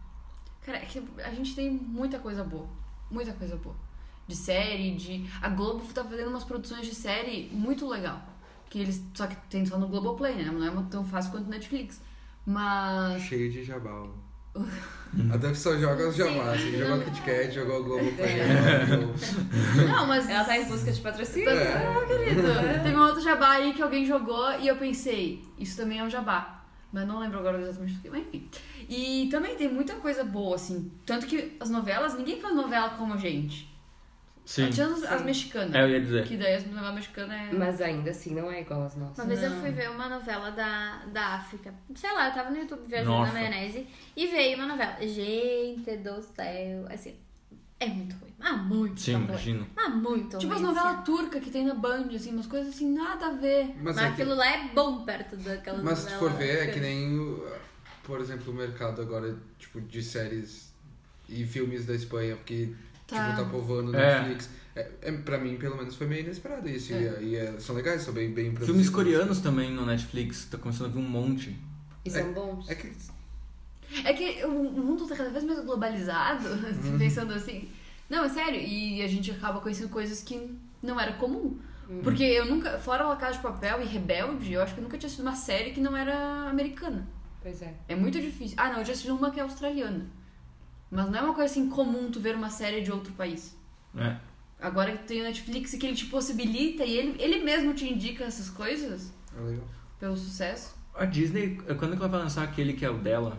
S2: Cara, é que a gente tem muita coisa boa. Muita coisa boa. De série, de. A Globo tá fazendo umas produções de série muito legal. Que eles. Só que tem só no Globoplay, né? Não é tão fácil quanto Netflix.
S3: *laughs*
S2: Mas.
S1: Cheio de jabal.
S4: Uhum.
S1: A Def só joga os jabás, assim, jogou a Kit Kat, jogou o Globo pra gente.
S2: Não, mas.
S3: Ela tá É. em busca de patrocínio?
S2: Ah,
S3: *laughs*
S2: querido. Teve um outro jabá aí que alguém jogou e eu pensei, isso também é um jabá. Mas não lembro agora exatamente o que, mas enfim. E também tem muita coisa boa, assim. Tanto que as novelas, ninguém faz novela como a gente.
S4: Sim.
S2: Tirando as- as
S3: Sim.
S2: mexicanas.
S4: É, eu ia dizer.
S2: Que daí as novelas mexicanas é.
S3: Mas ainda assim não é igual às
S5: Uma
S3: nossas.
S5: vez eu
S2: Não.
S5: fui ver uma novela da, da África. Sei lá, eu tava no YouTube viajando
S4: Nossa.
S5: na maionese e veio uma novela. Gente do céu. Assim, é muito ruim. Ah, muito
S4: Sim,
S5: ruim.
S4: imagino.
S5: Ah, muito
S2: Tipo as
S5: ruim, assim.
S2: novelas turcas que tem na Band, assim, umas coisas assim, nada a ver.
S5: Mas,
S1: Mas, é
S5: aquilo
S1: que,
S5: lá é bom perto daquela
S1: mas se tu for ver, é que
S5: nem
S1: nem, o- por exemplo, o mercado agora, tipo, de séries e filmes da Espanha, porque,
S2: Tá.
S1: tipo, tá povoando o
S4: É.
S1: Netflix. É, é, pra mim, pelo menos, foi meio inesperado isso. E-
S2: É.
S1: E, é- são legais, são bem, bem
S4: Filmes
S1: produzidos.
S4: coreanos também no Netflix, tá começando a vir um monte.
S3: E são bons.
S1: É que
S2: É que o o mundo tá cada vez mais globalizado, *laughs* assim, pensando assim. Não, é sério. E a gente acaba conhecendo coisas que não era comum. Porque eu nunca, fora La Casa de Papel e Rebelde, eu acho que eu nunca tinha assistido uma série que não era americana.
S3: Pois é.
S2: É muito difícil. Ah, não, eu já assisti uma que é australiana. Mas não é uma coisa assim comum tu ver uma série de outro país.
S4: É.
S2: Agora que tu tem o Netflix e que ele te possibilita e ele, ele mesmo te indica essas coisas
S1: É legal.
S2: pelo sucesso,
S4: A Disney, quando é que ela vai lançar aquele que é o dela?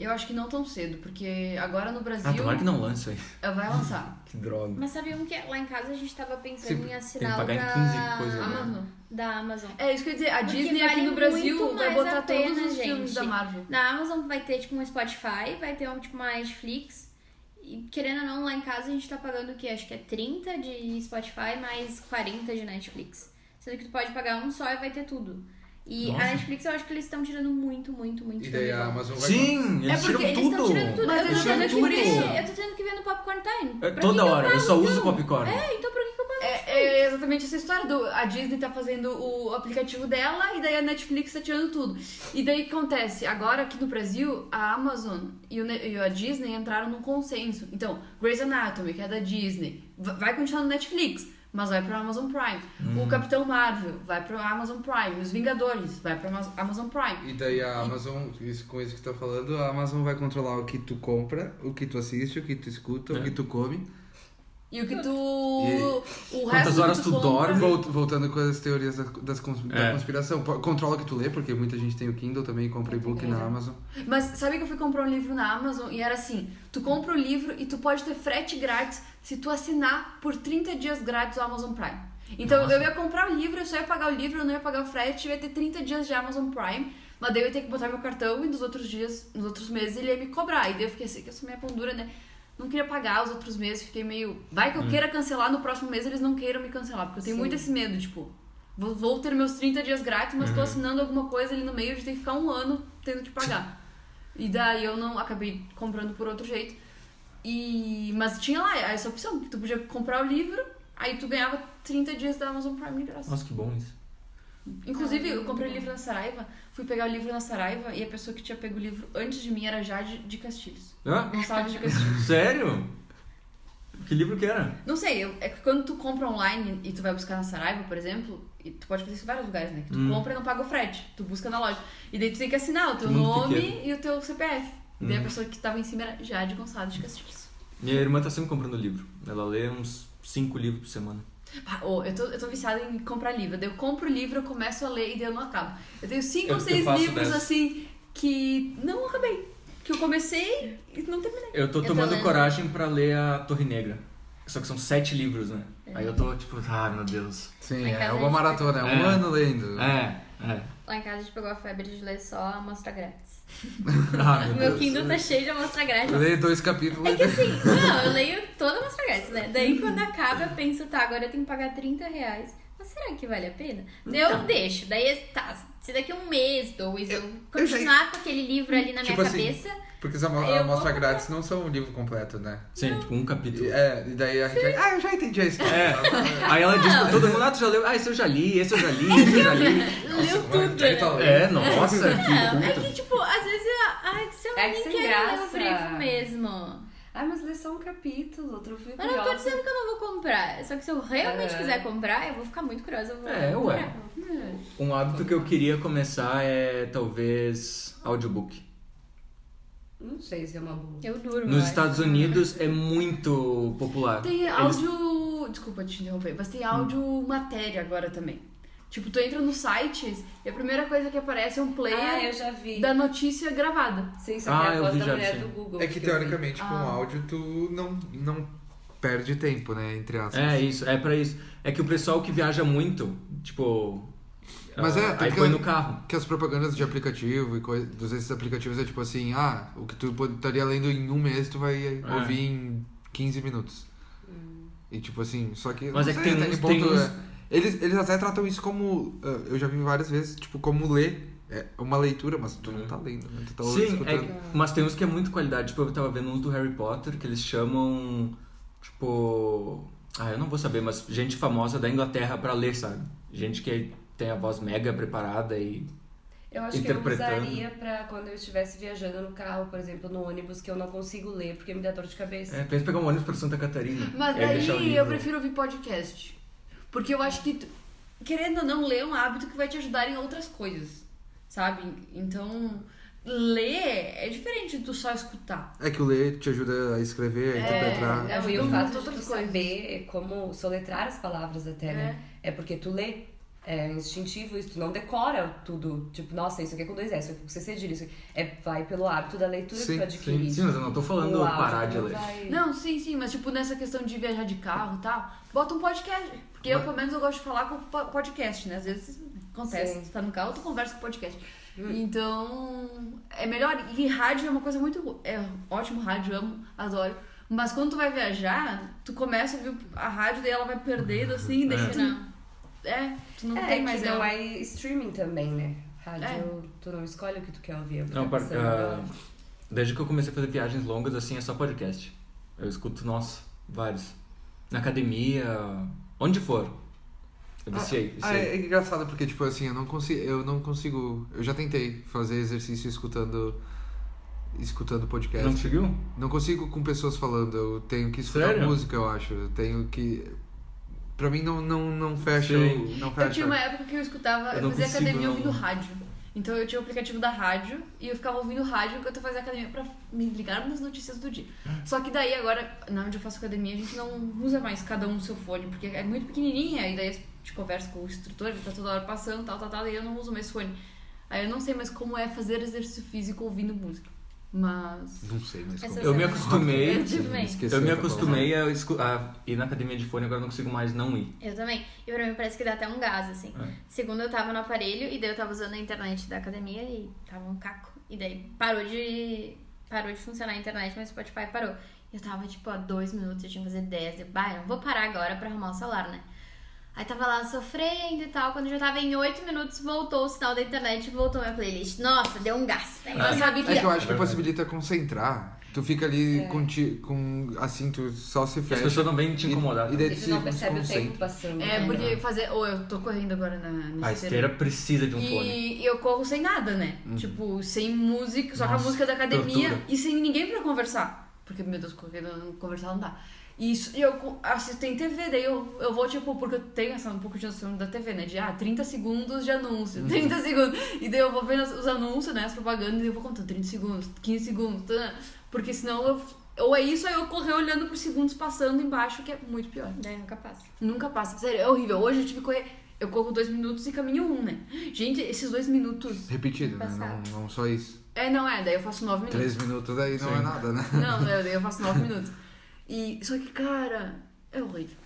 S2: eu acho que não tão cedo, porque agora no Brasil
S4: Ah, tomara que não lance aí.
S2: ela vai lançar.
S4: Que droga.
S5: Mas sabiam que lá em casa a gente tava pensando
S4: Sim,
S5: em
S4: Tem que
S5: assinar o
S4: pagar
S5: da...
S4: em 15 coisas. né?
S2: Amazon.
S5: da Amazon.
S2: É isso que eu ia dizer, a
S5: Ah, Porque
S2: Disney
S5: vale
S2: aqui no Brasil
S5: muito
S2: vai
S5: mais
S2: botar
S5: a pena,
S2: todos os filmes
S5: gente.
S2: da Marvel.
S5: Na Amazon vai ter tipo um Spotify, vai ter um tipo uma Netflix. E querendo ou não, lá em casa a gente tá pagando o quê? Acho que é 30 de Spotify mais 40 de Netflix. Sendo que tu pode pagar um só e vai ter tudo. E
S4: Nossa.
S5: a Netflix eu acho que eles estão tirando muito, muito, muito
S1: E daí
S5: filme
S1: a
S5: bom.
S1: Amazon vai.
S4: Sim, eles
S2: É porque
S4: tiram
S5: Eles
S4: tudo.
S5: estão tirando tudo.
S2: Mas
S5: eu, tô
S2: eles
S5: tendo
S2: tiram
S5: que
S2: tudo.
S5: ver, eu tô tendo que ver no Popcorn Time.
S4: É
S5: Pra
S4: toda
S5: que que eu
S4: hora, eu
S5: pago,
S4: só uso
S5: então?
S4: o popcorn.
S5: É, então pra que que eu pago?
S2: É, é exatamente essa história do a Disney tá fazendo o aplicativo dela e daí a Netflix tá tirando tudo. E daí o que acontece? Agora aqui no Brasil, a Amazon e, o Ne- e a Disney entraram num consenso. Então, Grey's Anatomy, que é da Disney, va- vai continuar no Netflix, mas vai pro Amazon Prime. O
S4: Hum.
S2: Capitão Marvel vai pro Amazon Prime. Os Vingadores vai pro Amaz- Amazon Prime.
S1: E daí a Amazon, isso, com isso que tu tá falando, a Amazon vai controlar o que tu compra, o que tu assiste, o que tu escuta, o que tu come.
S2: E o que tu. o
S4: Quantas
S2: resto do que
S4: horas tu
S2: compra-
S4: dorme?
S1: Vol- Voltando com as teorias da, das cons- da
S4: É.
S1: conspiração, po- controla o que tu lê, porque muita gente tem o Kindle também e compra e-book na Amazon.
S2: Mas sabe que eu fui comprar um livro na Amazon e era assim: tu compra o livro e tu pode ter frete grátis se tu assinar por 30 dias grátis o Amazon Prime. Então eu ia comprar o livro, eu só ia pagar o livro, eu não ia pagar o frete, eu ia ter 30 dias de Amazon Prime, mas daí eu ia ter que botar meu cartão e nos outros dias, nos outros meses ele ia me cobrar. E daí eu fiquei assim, que eu sou minha pão dura, né? Não queria pagar os outros meses, fiquei meio. Vai que eu queira cancelar, no próximo mês eles não queiram me cancelar, porque eu tenho
S3: Sim.
S2: muito esse medo, tipo. Vou, vou ter meus 30 dias grátis, mas tô assinando alguma coisa ali no meio, a gente tem que ficar um ano tendo que pagar. E daí eu não acabei comprando por outro jeito. E mas tinha lá essa opção, que tu podia comprar o livro, aí tu ganhava 30 dias da Amazon Prime de graça.
S4: Nossa, que bom isso.
S2: Inclusive, eu comprei o livro na Saraiva, fui pegar o livro na Saraiva e a pessoa que tinha pego o livro antes de mim era Jade de Castilhos.
S4: Hã?
S2: Gonçalves de Castilhos.
S4: *laughs* Sério? Que livro que era?
S2: Não sei, eu- é que quando tu compra online e tu vai buscar na Saraiva, por exemplo, e tu pode fazer isso em vários lugares, né? Que tu
S4: Hum.
S2: compra e não paga o frete, tu busca na loja. E daí tu tem que assinar o teu
S4: Muito
S2: nome
S4: pequeno.
S2: e o teu CPF. E daí a
S4: Hum.
S2: pessoa que tava em cima era Jade Gonçalves de Castilhos.
S4: Minha irmã tá sempre comprando livro. Ela lê uns cinco livros por semana.
S2: Pá, ô, eu, tô, eu tô viciada em comprar livro. Daí eu compro o livro, eu começo a ler e daí eu não acabo. Eu tenho cinco
S4: Eu-
S2: ou
S4: eu
S2: seis
S4: faço
S2: livros
S4: dessa.
S2: assim que não acabei. Que eu comecei e não terminei.
S4: Eu tô
S5: Eu tô
S4: tomando
S5: lendo.
S4: coragem pra ler a Torre Negra. Só que são sete livros, né? Aí eu tô tipo, ah, meu Deus.
S1: Sim,
S5: Mas
S1: é
S5: cada
S1: uma
S5: um-
S1: maratona, é um
S4: É.
S1: ano lendo.
S4: É, é. *laughs*
S5: Lá em casa a gente pegou a febre de ler só amostra grátis.
S4: Ah,
S5: O
S4: meu
S5: meu
S4: Deus.
S5: Kindle tá cheio de amostra grátis.
S1: Lê dois capítulos.
S5: É que assim, não, eu leio toda uma grátis, né? Daí quando acaba, eu penso, tá, agora eu tenho que pagar 30 reais. Mas será que vale a pena? Daí eu deixo. Daí, tá, se daqui a um mês, dois, eu, continuar com aquele livro ali na
S1: Tipo
S5: minha
S1: assim,
S5: cabeça.
S1: Porque as amo-
S5: Eu vou
S1: amostras
S5: comprar.
S1: grátis não são um livro completo, né?
S4: Sim, tipo, um
S1: E,
S4: capítulo.
S1: é, e daí a gente. Ah, eu já entendi a história. *laughs*
S4: É. Aí ela diz pra todo mundo, ah, tu já leu? Ah, esse eu já li, esse eu já li, esse eu já li. *laughs*
S5: leu
S1: Mas
S5: tudo.
S1: já tá lendo. *laughs*
S4: É, nossa,
S5: Não, é
S4: que
S5: que
S4: puta.
S5: tipo, às vezes eu, ai, se eu
S3: É que
S5: nem
S3: sem
S5: quero
S3: graça.
S5: ler o livro mesmo.
S3: Ah, mas lê só um capítulo, outro fui
S5: Mas não tô
S3: curiosa.
S5: dizendo que eu não vou comprar. Só que se eu realmente
S3: É.
S5: quiser comprar, eu vou ficar muito curiosa. Eu vou
S4: É, ué.
S5: comprar.
S4: Um hábito que eu queria começar é, talvez, audiobook.
S3: Não sei se é uma boa.
S5: Eu durmo. eu
S4: Nos
S5: acho.
S4: Estados Unidos é muito popular.
S2: Tem
S4: Eles- Hum.
S2: áudio. Desculpa te interromper, mas tem áudio matéria agora também. Tipo, tu entra nos sites e a primeira coisa que aparece é um
S3: Ah, eu
S2: player
S3: já vi.
S2: da notícia gravada.
S3: Sim, só que é
S4: Ah,
S3: a
S4: eu
S3: voz
S4: vi
S3: da
S4: já,
S3: mulher
S4: sim.
S3: do Google.
S1: É que
S3: eu vi.
S1: teoricamente com
S2: Ah.
S1: áudio tu não, não perde tempo, né? Entre aspas.
S4: É isso, é pra isso. É que o pessoal que viaja muito, tipo.
S1: Mas
S4: ah,
S1: é, tem
S4: aí
S1: que-
S4: põe no carro.
S1: Que as propagandas de aplicativo e coisa, dos esses aplicativos é tipo assim, ah, o que tu pod- estaria lendo em um mês, tu vai
S4: É.
S1: ouvir em 15 minutos.
S3: Hum.
S1: E tipo assim, só que.
S4: Mas
S1: não
S4: é que
S1: sei
S4: tem
S1: até
S4: uns- tem uns-
S1: é. Eles, eles até tratam isso como. ah, Eu já vi várias vezes, tipo, como ler. É uma leitura, mas tu não tá lendo, né? Tu tá
S4: Uhum. Sim,
S1: escutando.
S4: é- mas tem uns que é muito qualidade. Tipo, eu tava vendo uns do Harry Potter que eles chamam. Tipo. Ah, eu não vou saber, mas gente famosa da Inglaterra pra ler, sabe? Gente que tem a voz mega preparada e.
S3: Eu acho que eu
S4: interpretando.
S3: usaria pra quando eu estivesse viajando no carro, por exemplo, no ônibus, que eu não consigo ler, porque me dá dor de cabeça.
S4: É, pensa em pegar um ônibus pra Santa Catarina.
S2: Mas
S4: e aí deixar o
S2: daí eu
S4: livro.
S2: prefiro ouvir podcast. Porque eu acho que, tu- querendo ou não, ler é um hábito que vai te ajudar em outras coisas, sabe? Então, ler é diferente de tu só escutar.
S1: É que o ler te ajuda a escrever, a
S3: É,
S4: É,
S1: interpretar.
S3: Não, e
S2: Ajuda
S3: o fato de
S2: muito
S3: tu
S2: outras coisas.
S3: saber como soletrar as palavras até, né? É porque tu lê. É instintivo isso, tu não decora tudo. Tipo, nossa, isso aqui é com dois S, isso aqui é com cedilha, isso aqui. É, vai pelo hábito da leitura
S1: Sim,
S3: que tu
S4: Sim,
S3: adquire.
S4: sim, mas eu não tô falando
S3: O áudio
S4: parar de
S3: não
S4: ler.
S3: vai-
S2: Não, sim, sim, mas tipo nessa questão de viajar de carro e tal, bota um podcast. Porque eu, pelo menos, eu gosto de falar com po- podcast, né? Às vezes acontece,
S3: Sim.
S2: tu tá no carro, tu conversa com podcast. Então, é melhor. E rádio é uma coisa muito. bo- É ótimo, rádio, amo, adoro. Mas quando tu vai viajar, tu começa a ouvir a rádio, daí ela vai perdendo, assim, daí
S4: É.
S2: tu não. É, tu não
S3: é,
S2: tem
S3: que
S2: mais
S3: não
S2: ela.
S3: é streaming também, né? Rádio, tu não escolhe o que tá é tu quer ouvir. eu fico
S4: Não, par-
S3: pensando
S4: ah,
S3: agora.
S4: desde que eu comecei a fazer viagens longas, assim, é só podcast. Eu escuto, nossa, vários. Na academia, onde for. Eu viciei,
S1: Ah,
S4: viciei.
S1: é, é engraçado porque, tipo assim, eu não, consigo, eu não consigo. Eu já tentei fazer exercício escutando. Escutando podcast.
S4: Não conseguiu?
S1: Não consigo com pessoas falando, eu tenho que escutar
S4: Sério?
S1: música, eu acho. Eu tenho que. Pra mim não, não, não fecha.
S4: Sim.
S1: o- Não
S2: Eu
S1: fecha.
S2: tinha uma época que eu escutava,
S4: Eu
S2: eu,
S4: não
S2: fazia
S4: consigo,
S2: academia
S4: não.
S2: ouvindo rádio. Então eu tinha o aplicativo da rádio e eu ficava ouvindo rádio enquanto eu fazia academia pra me ligar nas notícias do dia. Só que daí agora, na onde eu faço academia, a gente não usa mais cada um o seu fone, porque é muito pequenininha e daí a gente conversa com o instrutor, ele tá toda hora passando, tal, tal, tal, e eu não uso mais fone. Aí eu não sei mais como é fazer exercício físico ouvindo música. Mas.
S1: Não sei, mas
S5: Essa
S1: como-
S4: Eu me
S5: Eu
S4: acostumei.
S5: também.
S1: esqueci
S4: Eu me
S1: o que tava
S4: acostumei a, escu- a ir na academia de fone, agora eu não consigo mais não ir.
S5: Eu também. E pra mim parece que dá até um gás, assim.
S4: É.
S5: Segundo, eu tava no aparelho e daí eu tava usando a internet da academia e tava um caco. E daí parou de. Parou de funcionar a internet, mas o Spotify parou. Eu tava, tipo, há dois minutos, eu tinha que fazer dez. Eu, bah, eu não vou parar agora pra arrumar o celular, né? Aí tava lá sofrendo e tal. Quando já tava em oito minutos, voltou o sinal da internet e voltou minha playlist. Nossa, deu um gás.
S4: Ah.
S5: Daí eu sabia
S1: É que eu
S5: que.
S1: acho que possibilita concentrar. Tu fica ali
S2: É.
S1: com, ti- com. Assim, tu só se
S4: As
S1: fecha.
S4: pessoas não vêm te
S1: E-
S4: incomodar.
S1: E
S4: tá?
S1: daí
S3: E
S1: tu
S3: tu
S1: se
S3: não percebe o tempo
S1: concentra.
S3: passando.
S2: É,
S3: né?
S2: porque fazer. Ou eu tô correndo agora na, na
S4: A esteira precisa de um fone. Uhum.
S2: E eu corro sem nada, né? Tipo, sem música, só com
S4: Nossa,
S2: a música da academia
S4: tortura.
S2: e sem ninguém pra conversar. Porque, meu Deus, correndo, conversar não dá. E isso, e eu co- assisto em TV, daí eu, eu vou, tipo, porque eu tenho essa, um pouco de noção da TV, né? De, ah, 30 segundos de anúncio,
S4: Uhum.
S2: 30 segundos. E daí eu vou vendo as- os anúncios, né? As propagandas, e eu vou contando 30 segundos, 15 segundos, tã. porque senão eu. Ou é isso, aí eu correr olhando por segundos passando embaixo, que é muito pior.
S5: Daí nunca passa.
S2: Nunca passa. Sério, é horrível. Hoje eu tive que correr. Eu corro dois minutos e caminho um, né? Gente, esses dois minutos.
S1: Repetido, né?
S5: Passado.
S1: Não, não só isso.
S2: É, não é, daí eu faço nove minutos.
S1: Três minutos daí não
S4: Sim.
S1: é nada, né?
S2: Não, não é, daí eu faço nove minutos. E. Só que, cara, é horrível.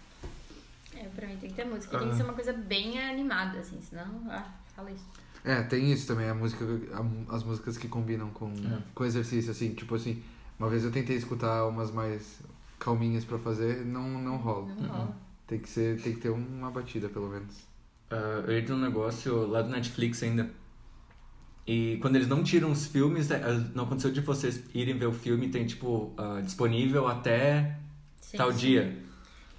S5: É, pra mim tem que ter música.
S4: Ah.
S5: Tem que ser uma coisa bem animada, assim, senão. Ah, fala isso.
S1: É, tem isso também, a música, a- as músicas que combinam com, com exercício, assim, tipo assim, uma vez eu tentei escutar umas mais calminhas pra fazer, não, não rola.
S5: Não rola.
S1: Tem que ser, tem que ter uma batida, pelo menos.
S4: Ah, eu entrei num negócio lá do Netflix ainda. E quando eles não tiram os filmes, é, ah, não aconteceu de vocês irem ver o filme, tem tipo ah, disponível até
S5: Sim,
S4: tal
S5: sim.
S4: dia.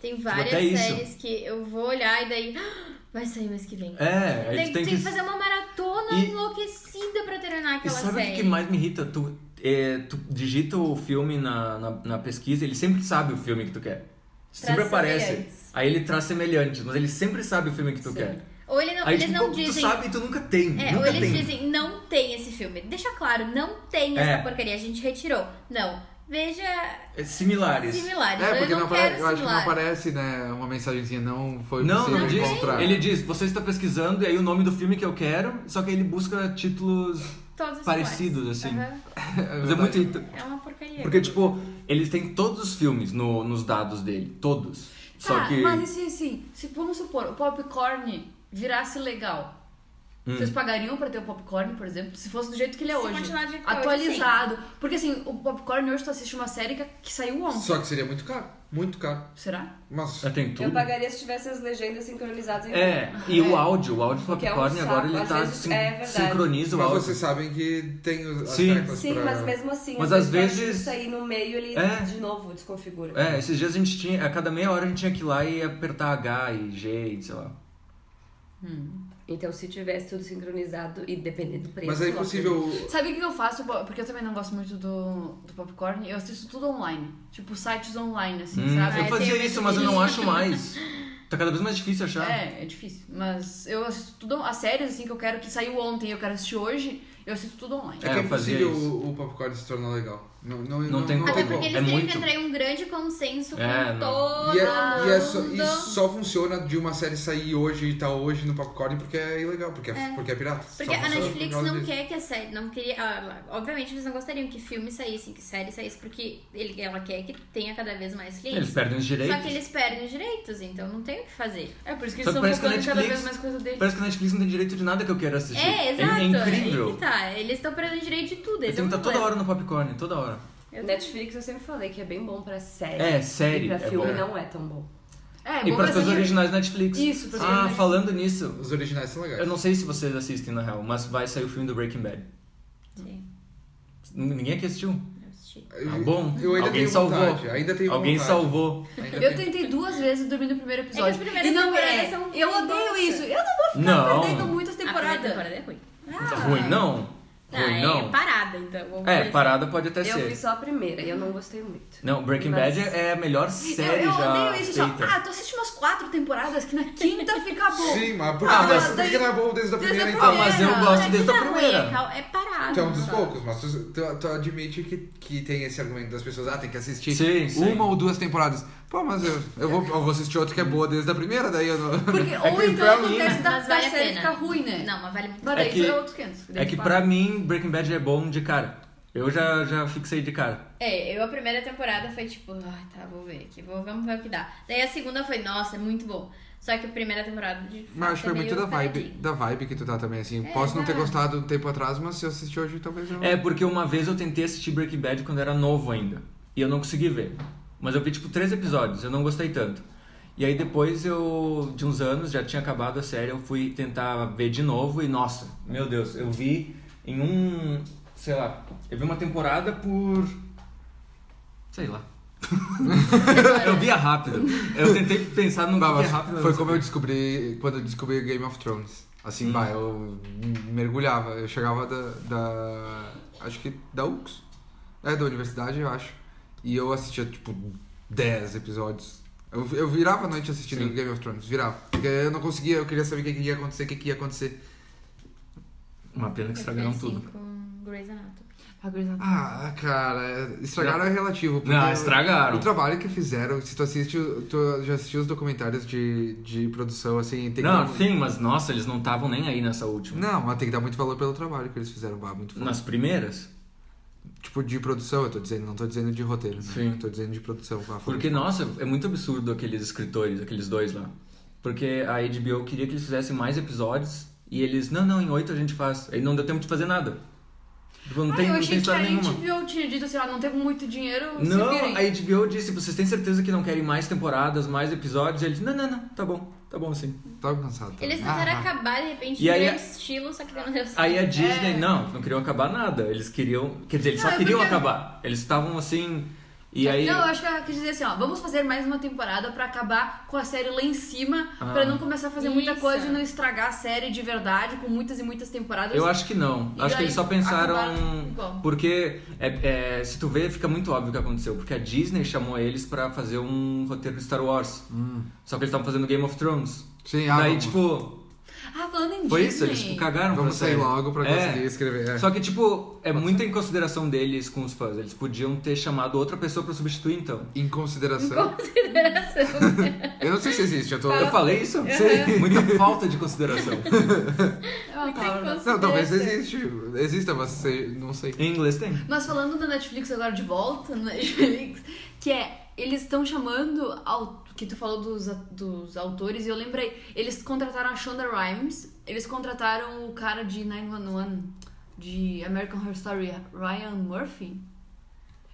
S5: Tem
S4: Tipo, até
S5: várias
S4: isso.
S5: séries que eu vou olhar e daí. "Ah, Vai sair mês que vem.
S4: É, a
S5: Daí
S4: gente
S5: tu tem que fazer uma maratona
S4: E-
S5: enlouquecida pra terminar
S4: E
S5: aquela
S4: sabe o
S5: série.
S4: que, que mais me irrita? Tu, é, tu digita o filme na, na, na pesquisa, ele sempre sabe o filme que tu quer. Sempre aparece.
S3: semelhantes.
S4: Aí ele traz semelhantes, mas ele sempre sabe o filme que tu quer.
S5: Ou ele não,
S4: Aí
S5: eles
S4: tipo,
S5: não
S4: tu
S5: dizem.
S4: sabe e tu nunca tem.
S5: É,
S4: nunca
S5: ou eles
S4: tem.
S5: dizem, não tem esse filme. Deixa claro, não tem essa
S4: É.
S5: porcaria, a gente retirou. Não. Veja
S4: É, similares.
S5: similares.
S1: É, porque
S5: Ah,
S1: não
S5: eu não
S1: apare...
S5: quero
S1: eu acho que não
S5: similares.
S1: aparece, né, uma mensagenzinha, não foi
S4: Não,
S1: possível
S4: não diz.
S1: encontrar. *laughs*
S4: Ele diz, você está pesquisando, e aí o nome do filme que eu quero, só que aí ele busca títulos.
S5: Todos os
S4: parecidos,
S5: similares.
S4: assim.
S5: Aham.
S4: Mas é muito. irrita-
S5: É uma porcaria.
S4: Porque, tipo, ele tem todos os filmes no- nos dados dele. Todos. só
S2: tá,
S4: que.
S2: mas e se assim, se vamos supor, o popcorn virasse legal.
S4: Hum.
S2: Vocês pagariam pra ter o popcorn, por exemplo, se fosse do jeito que ele é
S5: Se
S2: hoje.
S5: continuar do jeito que é hoje,
S2: atualizado. Porque assim, o popcorn hoje tu assiste uma série que, que saiu ontem.
S1: Só que seria muito caro, muito caro.
S2: Será?
S1: Mas
S4: Já É, tem tudo.
S3: Eu pagaria se tivesse as legendas sincronizadas em
S4: É, e o áudio, o áudio do
S3: Porque é um
S4: popcorn agora
S3: saco.
S4: ele
S3: Às
S4: tá
S3: vezes-
S4: sin-
S3: é verdade.
S4: sincroniza o
S1: Mas
S4: áudio.
S1: vocês sabem que tem os- as
S4: Sim.
S1: teclas
S3: Sim,
S1: pra-
S3: mas mesmo assim,
S4: Mas às
S3: eu acho
S4: vezes-
S3: isso aí no meio ele
S4: É.
S3: de novo desconfigura.
S4: É, esses dias a gente tinha, a cada meia hora a gente tinha que ir lá e apertar H e G e sei lá.
S3: Então se tivesse tudo sincronizado e dependendo do preço.
S1: Mas é
S3: lógico.
S1: impossível...
S2: Sabe o que eu faço? Porque eu também não gosto muito do, do popcorn. Eu assisto tudo online. Tipo, sites online, assim,
S4: Hum,
S2: sabe?
S4: eu
S5: Ah,
S4: fazia
S5: tem
S4: isso, mas eu não
S5: isso.
S4: acho né? mais. Tá cada vez mais difícil achar.
S2: É, é difícil. Mas eu assisto tudo. As séries, assim, que eu quero que saiu ontem e eu quero assistir hoje, eu assisto tudo online.
S1: É, que
S4: É,
S1: é
S4: eu fazia
S1: impossível
S4: isso.
S1: o, o popcorn se tornar legal. Não, não,
S4: Não tem como.
S5: Até
S4: bom,
S5: porque eles
S4: é
S5: têm
S4: muito.
S5: que entrar em um grande consenso
S4: É,
S5: com
S4: não.
S5: todo
S1: E, é, e, é só, e
S5: mundo.
S1: só funciona de uma série sair hoje e tal hoje no popcorn porque é ilegal, porque é,
S5: É.
S1: Porque é pirata. Só
S5: Porque a
S1: funciona por
S5: Netflix
S1: causa
S5: não
S1: disso.
S5: quer que a série. Não queria, ah, obviamente eles não gostariam que filme saísse, que série saísse, porque ele, ela quer que tenha cada vez mais
S4: Eles
S5: clientes.
S4: perdem os direitos.
S5: Só que eles perdem os direitos, então não tem o que fazer.
S2: É, por isso que
S4: Só
S2: eles estão
S4: parece
S2: focando
S4: que a
S2: cada
S4: Netflix-
S2: vez mais coisa deles.
S4: Parece que a Netflix não tem direito de nada que eu quero assistir.
S5: É, exato.
S4: É incrível.
S5: Aí que tá. Eles estão perdendo direito de tudo.
S4: Eu
S5: Esse é
S4: tenho
S5: o
S4: que estar toda
S5: problema.
S4: hora no popcorn, toda hora.
S5: Eu-
S3: Netflix eu sempre falei que é bem bom pra série.
S4: É, série
S3: E pra
S4: é
S3: filme
S4: bom.
S3: não é tão bom.
S2: É,
S4: e
S2: bom
S4: para
S2: pra
S4: as coisas
S2: gente-
S4: originais da Netflix.
S2: Isso, pras
S4: Ah,
S2: originais.
S4: falando nisso,
S1: Os originais são legais.
S4: eu não sei se vocês assistem na real, mas vai sair o filme do Breaking Bad.
S5: Sim,
S4: Ninguém aqui assistiu?
S5: eu assisti. Ah,
S4: Tá bom.
S1: Eu ainda
S4: Alguém
S1: tenho
S4: salvou.
S1: vontade. Ainda tenho
S4: Alguém
S1: vontade.
S4: salvou.
S1: Ainda
S2: Eu tentei duas vezes dormir no primeiro
S5: É que as
S2: episódio.
S5: primeiras
S2: e não
S5: temporadas
S2: é.
S5: são
S2: Eu
S5: bem
S2: odeio
S5: bosta.
S2: isso. Eu não vou ficar
S4: Não.
S2: perdendo muitas
S5: A primeira
S2: temporadas.
S5: temporada é ruim.
S4: Ruim não? Ruim
S5: é
S4: não?
S5: parada, então. vamos
S4: É,
S5: dizer
S4: parada pode até
S3: Eu vi
S4: ser.
S3: só a primeira e eu não gostei muito.
S4: Não, Breaking
S3: Mas-
S4: Bad é a melhor
S2: Eu,
S4: série
S2: eu
S4: já
S2: odeio isso. Só.
S4: feita.
S2: Ah, tu assiste umas quatro temporadas que na quinta fica bom.
S1: Sim, mas por que,
S4: Ah,
S1: não-
S4: mas
S1: por que
S2: daí-
S1: não é bom desde a
S2: desde a
S1: primeira
S4: Ah,
S1: então?
S4: mas eu
S2: primeira.
S4: gosto desde
S5: Não
S4: a
S5: é
S4: primeira.
S5: ruim, é cal- é parada.
S1: Tu é um dos
S5: só.
S1: poucos, mas tu, tu, tu admite que, que tem esse argumento das pessoas, ah, tem que assistir
S4: Sim,
S1: uma
S4: sim.
S1: ou duas temporadas. Pô, mas eu, eu, vou, eu vou assistir outra que é boa desde a primeira, daí eu não... *laughs*
S2: Porque
S4: É que
S2: ou
S4: pra
S2: então
S4: mim,
S2: acontece
S4: né?
S2: da,
S5: Mas
S2: da
S5: vale a
S2: série
S5: pena.
S2: ficar ruim, né?
S5: Não, mas vale muito.
S2: Mas
S4: É
S2: daí
S4: que-
S2: é outros 500.
S4: É que pra mim, Breaking Bad é bom de cara. Eu já, já fixei de cara.
S5: É, eu a primeira temporada foi tipo, ah, tá, vou ver aqui, vou, vamos ver o que dá. Daí a segunda foi, nossa, é muito bom. Só que a primeira temporada de fato,
S1: Mas acho que foi
S5: é
S1: muito
S5: meio
S1: da vibe,
S5: paradinha.
S1: da vibe que tu tá também, assim.
S5: É,
S1: Posso não ter
S5: tá.
S1: gostado um tempo atrás, mas se eu assistir hoje, talvez eu...
S4: É, porque uma vez eu tentei assistir Breaking Bad quando era novo ainda. E eu não consegui ver. Mas eu vi tipo três episódios, eu não gostei tanto. E aí depois eu, de uns anos, já tinha acabado a série, eu fui tentar ver de novo e nossa, meu Deus, eu vi em um, sei lá, eu vi uma temporada por sei lá. *laughs* eu via rápido. Eu tentei pensar num
S1: Bah,
S4: que que é
S1: mas
S4: rápido.
S1: foi como eu descobri, quando eu descobri Game of Thrones. Assim,
S4: Hum.
S1: bah, eu mergulhava. Eu chegava da, da- acho que da UX, é, da universidade, eu acho. E eu assistia, tipo, 10 episódios. Eu, eu virava a noite assistindo
S4: Sim.
S1: Game of Thrones, virava. Porque eu não conseguia, eu queria saber o que, que ia acontecer, o que, que ia acontecer.
S4: Uma pena que estragaram
S5: Eu fui assim
S4: tudo.
S5: com Grey's Anatomy.
S1: Ah, cara, estragaram é relativo. porque
S4: Não, estragaram.
S1: O trabalho que fizeram, se tu assiste, tu já assistiu os documentários de, de produção, assim, tem que
S4: Não,
S1: dar-
S4: sim, mas nossa, eles não estavam nem aí nessa última.
S1: Não, mas tem que dar muito valor pelo trabalho que eles fizeram, bah, muito foda.
S4: Nas primeiras?
S1: Tipo, de produção, eu tô dizendo, não tô dizendo de roteiro, né?
S4: Sim.
S1: Tô dizendo de produção, bah, foi
S4: Porque,
S1: muito
S4: nossa, é muito absurdo aqueles escritores, aqueles dois lá. Porque a HBO queria que eles fizessem mais episódios e eles, não, não, em oito a gente faz. Aí não deu tempo de fazer nada. Tipo, não
S2: Ah,
S4: tem,
S2: eu
S4: não tem
S2: achei que a
S4: história nenhuma.
S2: HBO tinha dito assim, ah, não teve muito dinheiro, se
S4: Não,
S2: virem.
S4: a HBO disse, vocês têm certeza que não querem mais temporadas, mais episódios? E eles, não, não, não, tá bom, tá bom assim.
S1: foda. Tava cansado. tá?
S5: Eles tentaram
S1: Ah,
S5: acabar, de repente,
S4: E
S5: em
S4: aí
S5: grande
S4: a-
S5: estilo, só que não deu um certo.
S2: É.
S4: Aí a Disney, não, não queriam acabar nada. Eles queriam, quer dizer, eles
S2: Não,
S4: só
S2: é
S4: queriam
S2: porque-
S4: acabar. Eles estavam assim, e aí...
S2: Não, eu acho que ela quis dizer assim, ó, vamos fazer mais uma temporada pra acabar com a série lá em cima,
S4: Ah.
S2: pra não começar a fazer muita
S5: Isso.
S2: coisa e não estragar a série de verdade, com muitas e muitas temporadas.
S4: Eu acho que não.
S2: E
S4: acho que
S2: aí um
S4: eles só pensaram.
S2: acabaram igual.
S4: Porque é- é, se tu vê, fica muito óbvio o que aconteceu. Porque a Disney chamou eles pra fazer um roteiro de Star Wars. Só que eles estavam fazendo Game of Thrones.
S1: Sim, Hum. ah,
S4: Daí,
S1: vamos,
S4: tipo,
S2: Ah, falando em
S4: foi
S2: Disney.
S4: isso, eles tipo, cagaram
S1: vamos
S4: pra
S1: sair logo pra
S4: É.
S1: conseguir escrever. é.
S4: Só que, tipo, é muita inconsideração deles com os fãs. Eles podiam ter chamado outra pessoa pra substituir, então.
S1: Em consideração. *laughs* eu não sei se existe, eu tô.
S4: Eu falei isso?
S2: *laughs*
S1: Sim.
S4: Muita falta de consideração.
S2: É uma palavra.
S1: Não, talvez existe. Exista, mas sei- não sei.
S4: em inglês tem.
S2: Mas falando da Netflix agora de volta, no *laughs* Netflix, que é, eles estão chamando, au- que tu falou dos, a- dos autores, e eu lembrei, eles contrataram a Shonda Rhimes, eles contrataram o cara de 911, de American Horror Story, Ryan Murphy.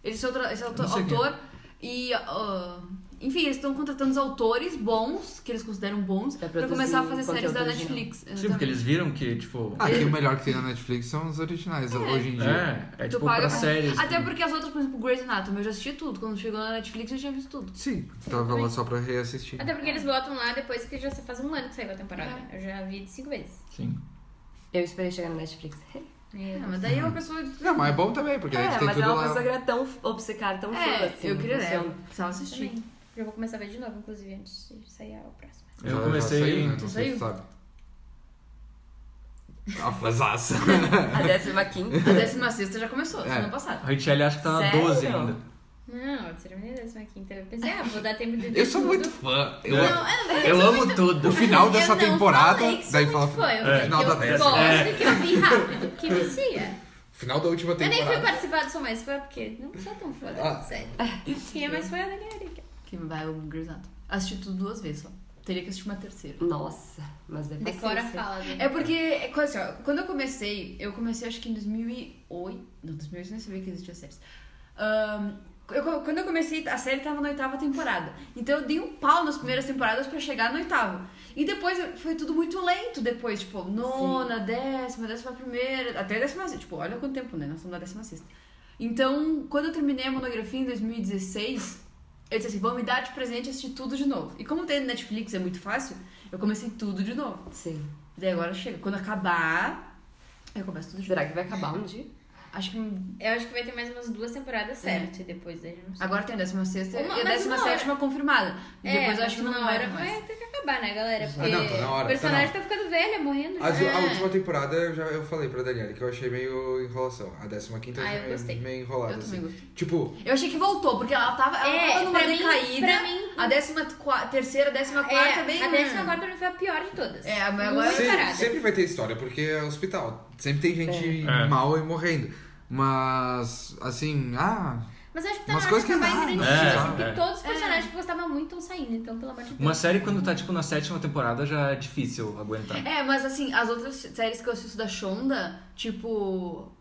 S2: Esse, outro, esse auto-
S4: não sei quem é.
S2: autor, e... ah, enfim, eles estão contratando os autores bons, que eles consideram bons,
S3: Pra
S2: pra,
S3: produzir
S2: começar a fazer séries
S3: conteúdo
S2: da
S3: original.
S2: Netflix.
S4: Sim, porque eles viram que, tipo.
S1: Ah, que o melhor que tem na Netflix são os originais, hoje em dia.
S4: É, é
S2: Tu
S4: tipo
S2: paga pra-
S4: pra séries.
S2: Até porque as outras, por exemplo, Grey's Anatomy, eu já assisti tudo. Quando chegou na Netflix, eu já tinha visto tudo.
S1: Sim, tava lá só pra reassistir.
S5: Até porque eles botam lá depois que já faz um ano que saiu a temporada. Eu já vi cinco vezes.
S4: Sim.
S3: Eu esperei chegar na Netflix.
S2: Ah, mas daí é uma pessoa...
S1: Não, mas é bom também, porque a gente
S3: É,
S1: tem
S3: mas é
S1: tudo
S3: uma
S1: lá.
S3: pessoa que era tão obcecada, tão fã
S2: É,
S3: assim.
S2: eu queria...
S3: não sei.
S2: Eu precisava assistir.
S5: Também. Eu vou começar a ver de novo, inclusive, antes de sair a próxima.
S4: Eu comecei-
S1: saiu, né?
S4: Tu
S1: Não sei se
S2: saiu?
S1: sabe. A f-
S4: Mas assa.
S3: A décima quinta.
S2: A 16 já começou,
S1: É.
S2: semana passada.
S4: A Richelle acha que tá na
S3: Sério?
S4: 12 ainda.
S5: Não, eu terminei a décima quinta. Eu pensei, ah, vou dar tempo de
S1: *laughs*
S5: ver
S1: Eu sou
S5: tudo.
S1: muito fã. Eu,
S5: Não, eu não
S4: Eu amo tudo.
S1: No final
S5: Eu
S1: dessa
S5: não
S1: temporada,
S5: falei que sou
S1: daí
S5: muito
S1: fala
S5: fã, eu
S1: no
S5: falei
S1: final
S5: que
S1: da
S5: eu
S1: décima.
S5: gosto,
S4: É.
S5: que eu vi
S1: *laughs*
S5: rápido, que vicia.
S1: Final da última
S5: Eu nem fui
S1: temporada.
S5: participar do Sou Mais Fã, porque não sou tão fã da
S1: Ah.
S5: série. Quem é mais fã é a Dani Arica.
S2: Que vai o Grisado. Assisti tudo duas vezes só. Teria que assistir uma terceira.
S3: Nossa, mas deve
S5: Decora a
S3: ser.
S5: fala dele.
S2: É porque, é coisa assim, ó, quando eu comecei, eu comecei acho que em 2008. Não, 2008 eu nem sabia que existia séries. Ahn, eu co- quando eu comecei, a série tava na oitava temporada. Então eu dei um pau nas primeiras temporadas pra chegar na oitava. E depois eu- foi tudo muito lento depois, tipo, nona, décima, décima primeira, até décima sexta. Tipo, olha quanto tempo, né? Nós estamos na décima sexta. Então, quando eu terminei a monografia em 2016, eu disse assim, vão me dar de presente e assistir tudo de novo. E como tem no Netflix, é muito fácil, eu comecei tudo de novo.
S3: Sim.
S2: Daí agora chega. Quando acabar, eu começo tudo de novo.
S3: Será que vai acabar um dia?
S2: Acho que
S5: Eu acho que vai ter mais umas duas temporadas
S2: É.
S5: certo, e depois daí eu não sei.
S2: agora tem a 16
S5: Uma-
S2: e a
S5: mas
S2: 17 confirmada. E
S5: É,
S2: depois eu
S5: mas
S2: acho que não
S5: uma
S2: vai
S5: hora
S2: mais.
S5: vai ter que acabar, né, galera? Porque
S1: não, tá na hora,
S5: o
S1: tá
S5: personagem
S1: na
S5: tá, ficando velho, morrendo. né?
S1: As-
S5: já.
S1: a última temporada eu já eu falei pra Daniela que eu achei meio enrolação. A décima quinta eu
S5: Ah,
S1: achei
S5: eu
S1: meio-
S5: gostei.
S1: meio, enrolada.
S2: Eu também
S1: assim.
S2: gostei.
S1: Tipo,
S2: Eu achei que voltou, porque ela tava, ela
S5: É,
S2: tava numa
S5: pra mim-
S2: decaída.
S5: pra mim-
S2: a 13 terceira, 14 quarta
S5: É,
S2: bem.
S5: a décima quarta pra mim foi a pior de todas.
S2: É, mas agora-
S5: Muito
S1: se-
S5: parada.
S1: sempre vai ter história, porque é hospital. Sempre tem gente
S4: É. É.
S1: mal e morrendo. Mas, assim, ah,
S5: Mas eu acho que tá
S1: Umas
S5: na hora
S1: coisas
S5: de
S1: que
S5: acabar
S1: dá,
S5: em grande
S1: né?
S5: estilo,
S4: É,
S5: assim, porque
S4: é.
S5: todos os personagens que eu gostava muito estão saindo, então, pelo amor de Deus.
S4: Uma série quando tá tipo na sétima temporada já é difícil aguentar.
S2: É, mas assim, as outras séries que eu assisto da Shonda, tipo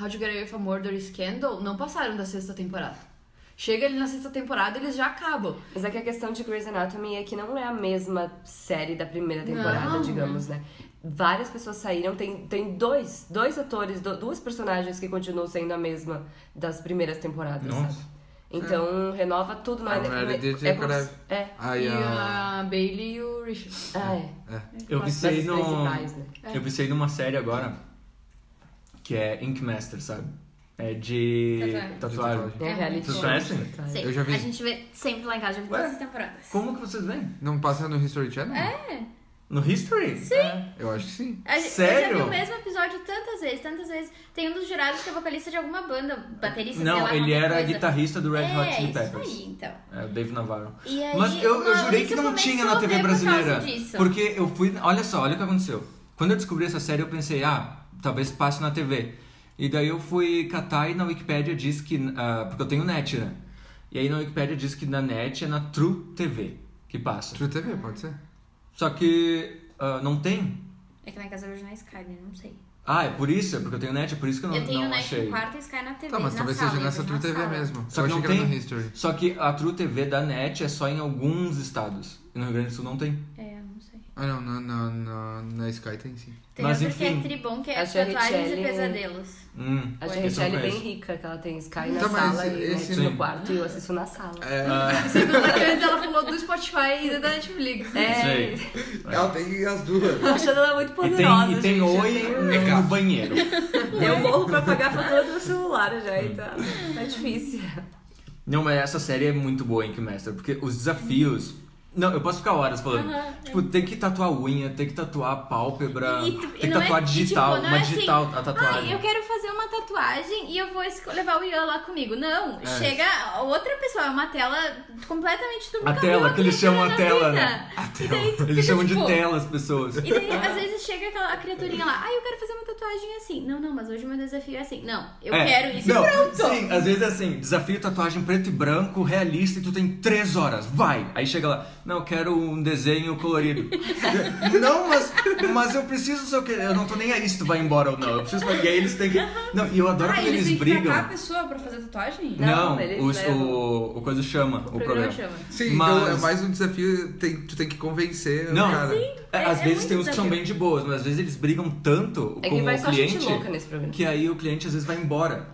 S2: How to Get Away with Murder e Scandal, não passaram da sexta temporada. Chega ali na sexta temporada, eles já acabam.
S3: Mas é que a questão de Grey's Anatomy é que não é a mesma série da primeira temporada,
S2: Não.
S3: digamos, né? Várias pessoas saíram, tem, tem dois, dois atores, do- duas personagens que continuam sendo a mesma das primeiras temporadas,
S4: Nossa.
S3: sabe? Então renova tudo, não é?
S1: A Meredith e
S3: é,
S1: a Carey.
S3: é, é,
S1: aí
S2: e
S1: a...
S2: a Bailey e o Richard.
S3: ah, é.
S4: Eu
S3: Mas
S4: viciei
S3: os
S4: no.
S3: principais, né?
S2: É.
S4: Eu viciei numa série agora que é Ink Master, sabe? É de
S5: Tatuagem.
S4: tatuagem.
S3: É reality
S4: Vocês
S3: show.
S4: conhecem?
S3: Tá.
S5: Sei.
S1: Eu já vi.
S5: A gente vê sempre lá em casa, já vi
S4: Ué?
S5: todas as temporadas.
S4: Como que vocês veem?
S1: Não passa no History Channel?
S4: No History? Sim.
S1: Eu acho que sim.
S5: A gente- Eu
S4: Sério?
S5: já vi o mesmo episódio tantas vezes, tantas vezes. Tem um dos jurados que é vocalista de alguma banda, baterista, sei
S4: Não,
S5: lá,
S4: ele
S5: qualquer
S4: era
S5: é coisa.
S4: guitarrista do Red
S5: é,
S4: Hot Chili
S5: isso
S4: Peppers.
S5: aí, então.
S4: É, o Dave Navarro.
S5: E aí,
S4: Mas eu, eu
S5: o
S4: jurei que
S5: Maurício
S4: não tinha na
S5: começou a
S4: TV
S5: ver por causa
S4: brasileira.
S5: disso.
S4: Porque eu fui. Olha só, olha o que aconteceu. Quando eu descobri essa série, eu pensei, ah, talvez passe na TV. E daí eu fui catar e na Wikipédia diz que. ah, porque eu tenho net, né? E aí na Wikipédia diz que na net é na True TV que passa.
S1: True TV, pode ser?
S4: Só que ah, não tem.
S5: É que na casa hoje não é Sky, né? Não sei.
S4: Ah, é por isso? É porque eu tenho net, é por isso que eu não,
S5: eu tenho
S4: não
S5: na
S4: achei.
S5: quarta e Sky na TV.
S1: Tá, mas
S5: na
S1: talvez
S5: sala,
S1: seja
S5: eu
S1: nessa
S5: vejo na
S1: True TV
S5: sala.
S1: mesmo.
S4: Só
S1: eu achei
S4: que não
S1: que era no
S4: tem.
S1: History.
S4: Só que a True TV da net é só em alguns estados. E no Rio Grande do Sul não tem.
S5: É, eu não sei.
S1: Ah, não, na, na, na, na Sky tem sim.
S5: Tem
S4: Mas,
S5: mas, porque
S4: enfim.
S5: é tribom, que é
S3: Acho a
S5: tatuagens e
S3: Richelle-
S5: pesadelos.
S4: Hum,
S3: A
S4: esse
S3: de
S4: eu não
S3: Richelle é bem
S4: conheço.
S3: rica, que ela tem Sky na
S1: Tá, Então mas
S3: sala e
S1: esse-
S3: Netflix no
S4: Sim.
S3: quarto e eu assisto na sala.
S1: É,
S2: Sem contar que antes ela falou do Spotify e da Netflix.
S3: É,
S4: Sei.
S1: Ela tem as duas.
S3: tô achando ela muito
S4: E
S3: poderosa,
S4: tem, e tem
S3: gente, eu
S4: oi
S3: tenho-
S4: no banheiro.
S3: Eu morro pra pagar a fatura do celular
S4: Hum.
S3: já, então tá difícil.
S4: Não, mas essa série é muito boa, Ink Master, porque os desafios. Não, eu posso ficar horas falando.
S5: Aham,
S4: tipo, tem que tatuar unha, tem que tatuar a pálpebra,
S5: E tu- e
S4: tem que
S5: não é-
S4: tatuar
S5: e, tipo,
S4: digital,
S5: não
S4: uma
S5: é assim,
S4: digital a
S5: Ai,
S4: tatuagem.
S5: eu quero fazer uma tatuagem e eu vou esco- levar o Ian lá comigo. Não,
S4: É.
S5: chega outra pessoa, é uma tela completamente do
S4: A tela, que eles chamam a tela, né? A tela. Eles chamam de
S5: tipo-
S4: tela as pessoas.
S5: E daí, às vezes, chega aquela a criaturinha lá, ah, eu quero fazer uma tatuagem assim. Não, não, mas hoje o meu desafio é assim. Não, eu
S4: É.
S5: quero isso.
S4: Não,
S5: Pronto!
S4: Sim, às vezes é assim, desafio tatuagem preto e branco, realista, e tu tem três horas, vai! Aí chega lá, não, eu quero um desenho colorido. não, mas, mas eu preciso, só que eu não tô nem aí se tu vai embora ou não. Eu preciso, e aí eles têm que. Não, e eu adoro
S2: Ah,
S4: quando
S2: eles
S4: eles,
S2: têm que
S4: brigam.
S2: pagar a pessoa pra fazer tatuagem?
S4: Não,
S3: Não, eles
S4: o,
S3: levam.
S4: o, o coisa chama, o, programa.
S2: chama.
S1: Sim,
S4: Mas-
S1: então é mais um desafio, tem, tu tem que convencer
S4: Não,
S1: o cara.
S4: é,
S5: é-
S4: às
S5: é
S4: vezes
S5: muito
S4: tem uns que são
S5: desafio.
S4: bem de boas, mas às vezes eles brigam tanto
S3: É que
S4: com
S3: vai
S4: o
S3: só gente né?
S4: cliente
S3: louca nesse programa.
S4: que aí o cliente às vezes vai embora.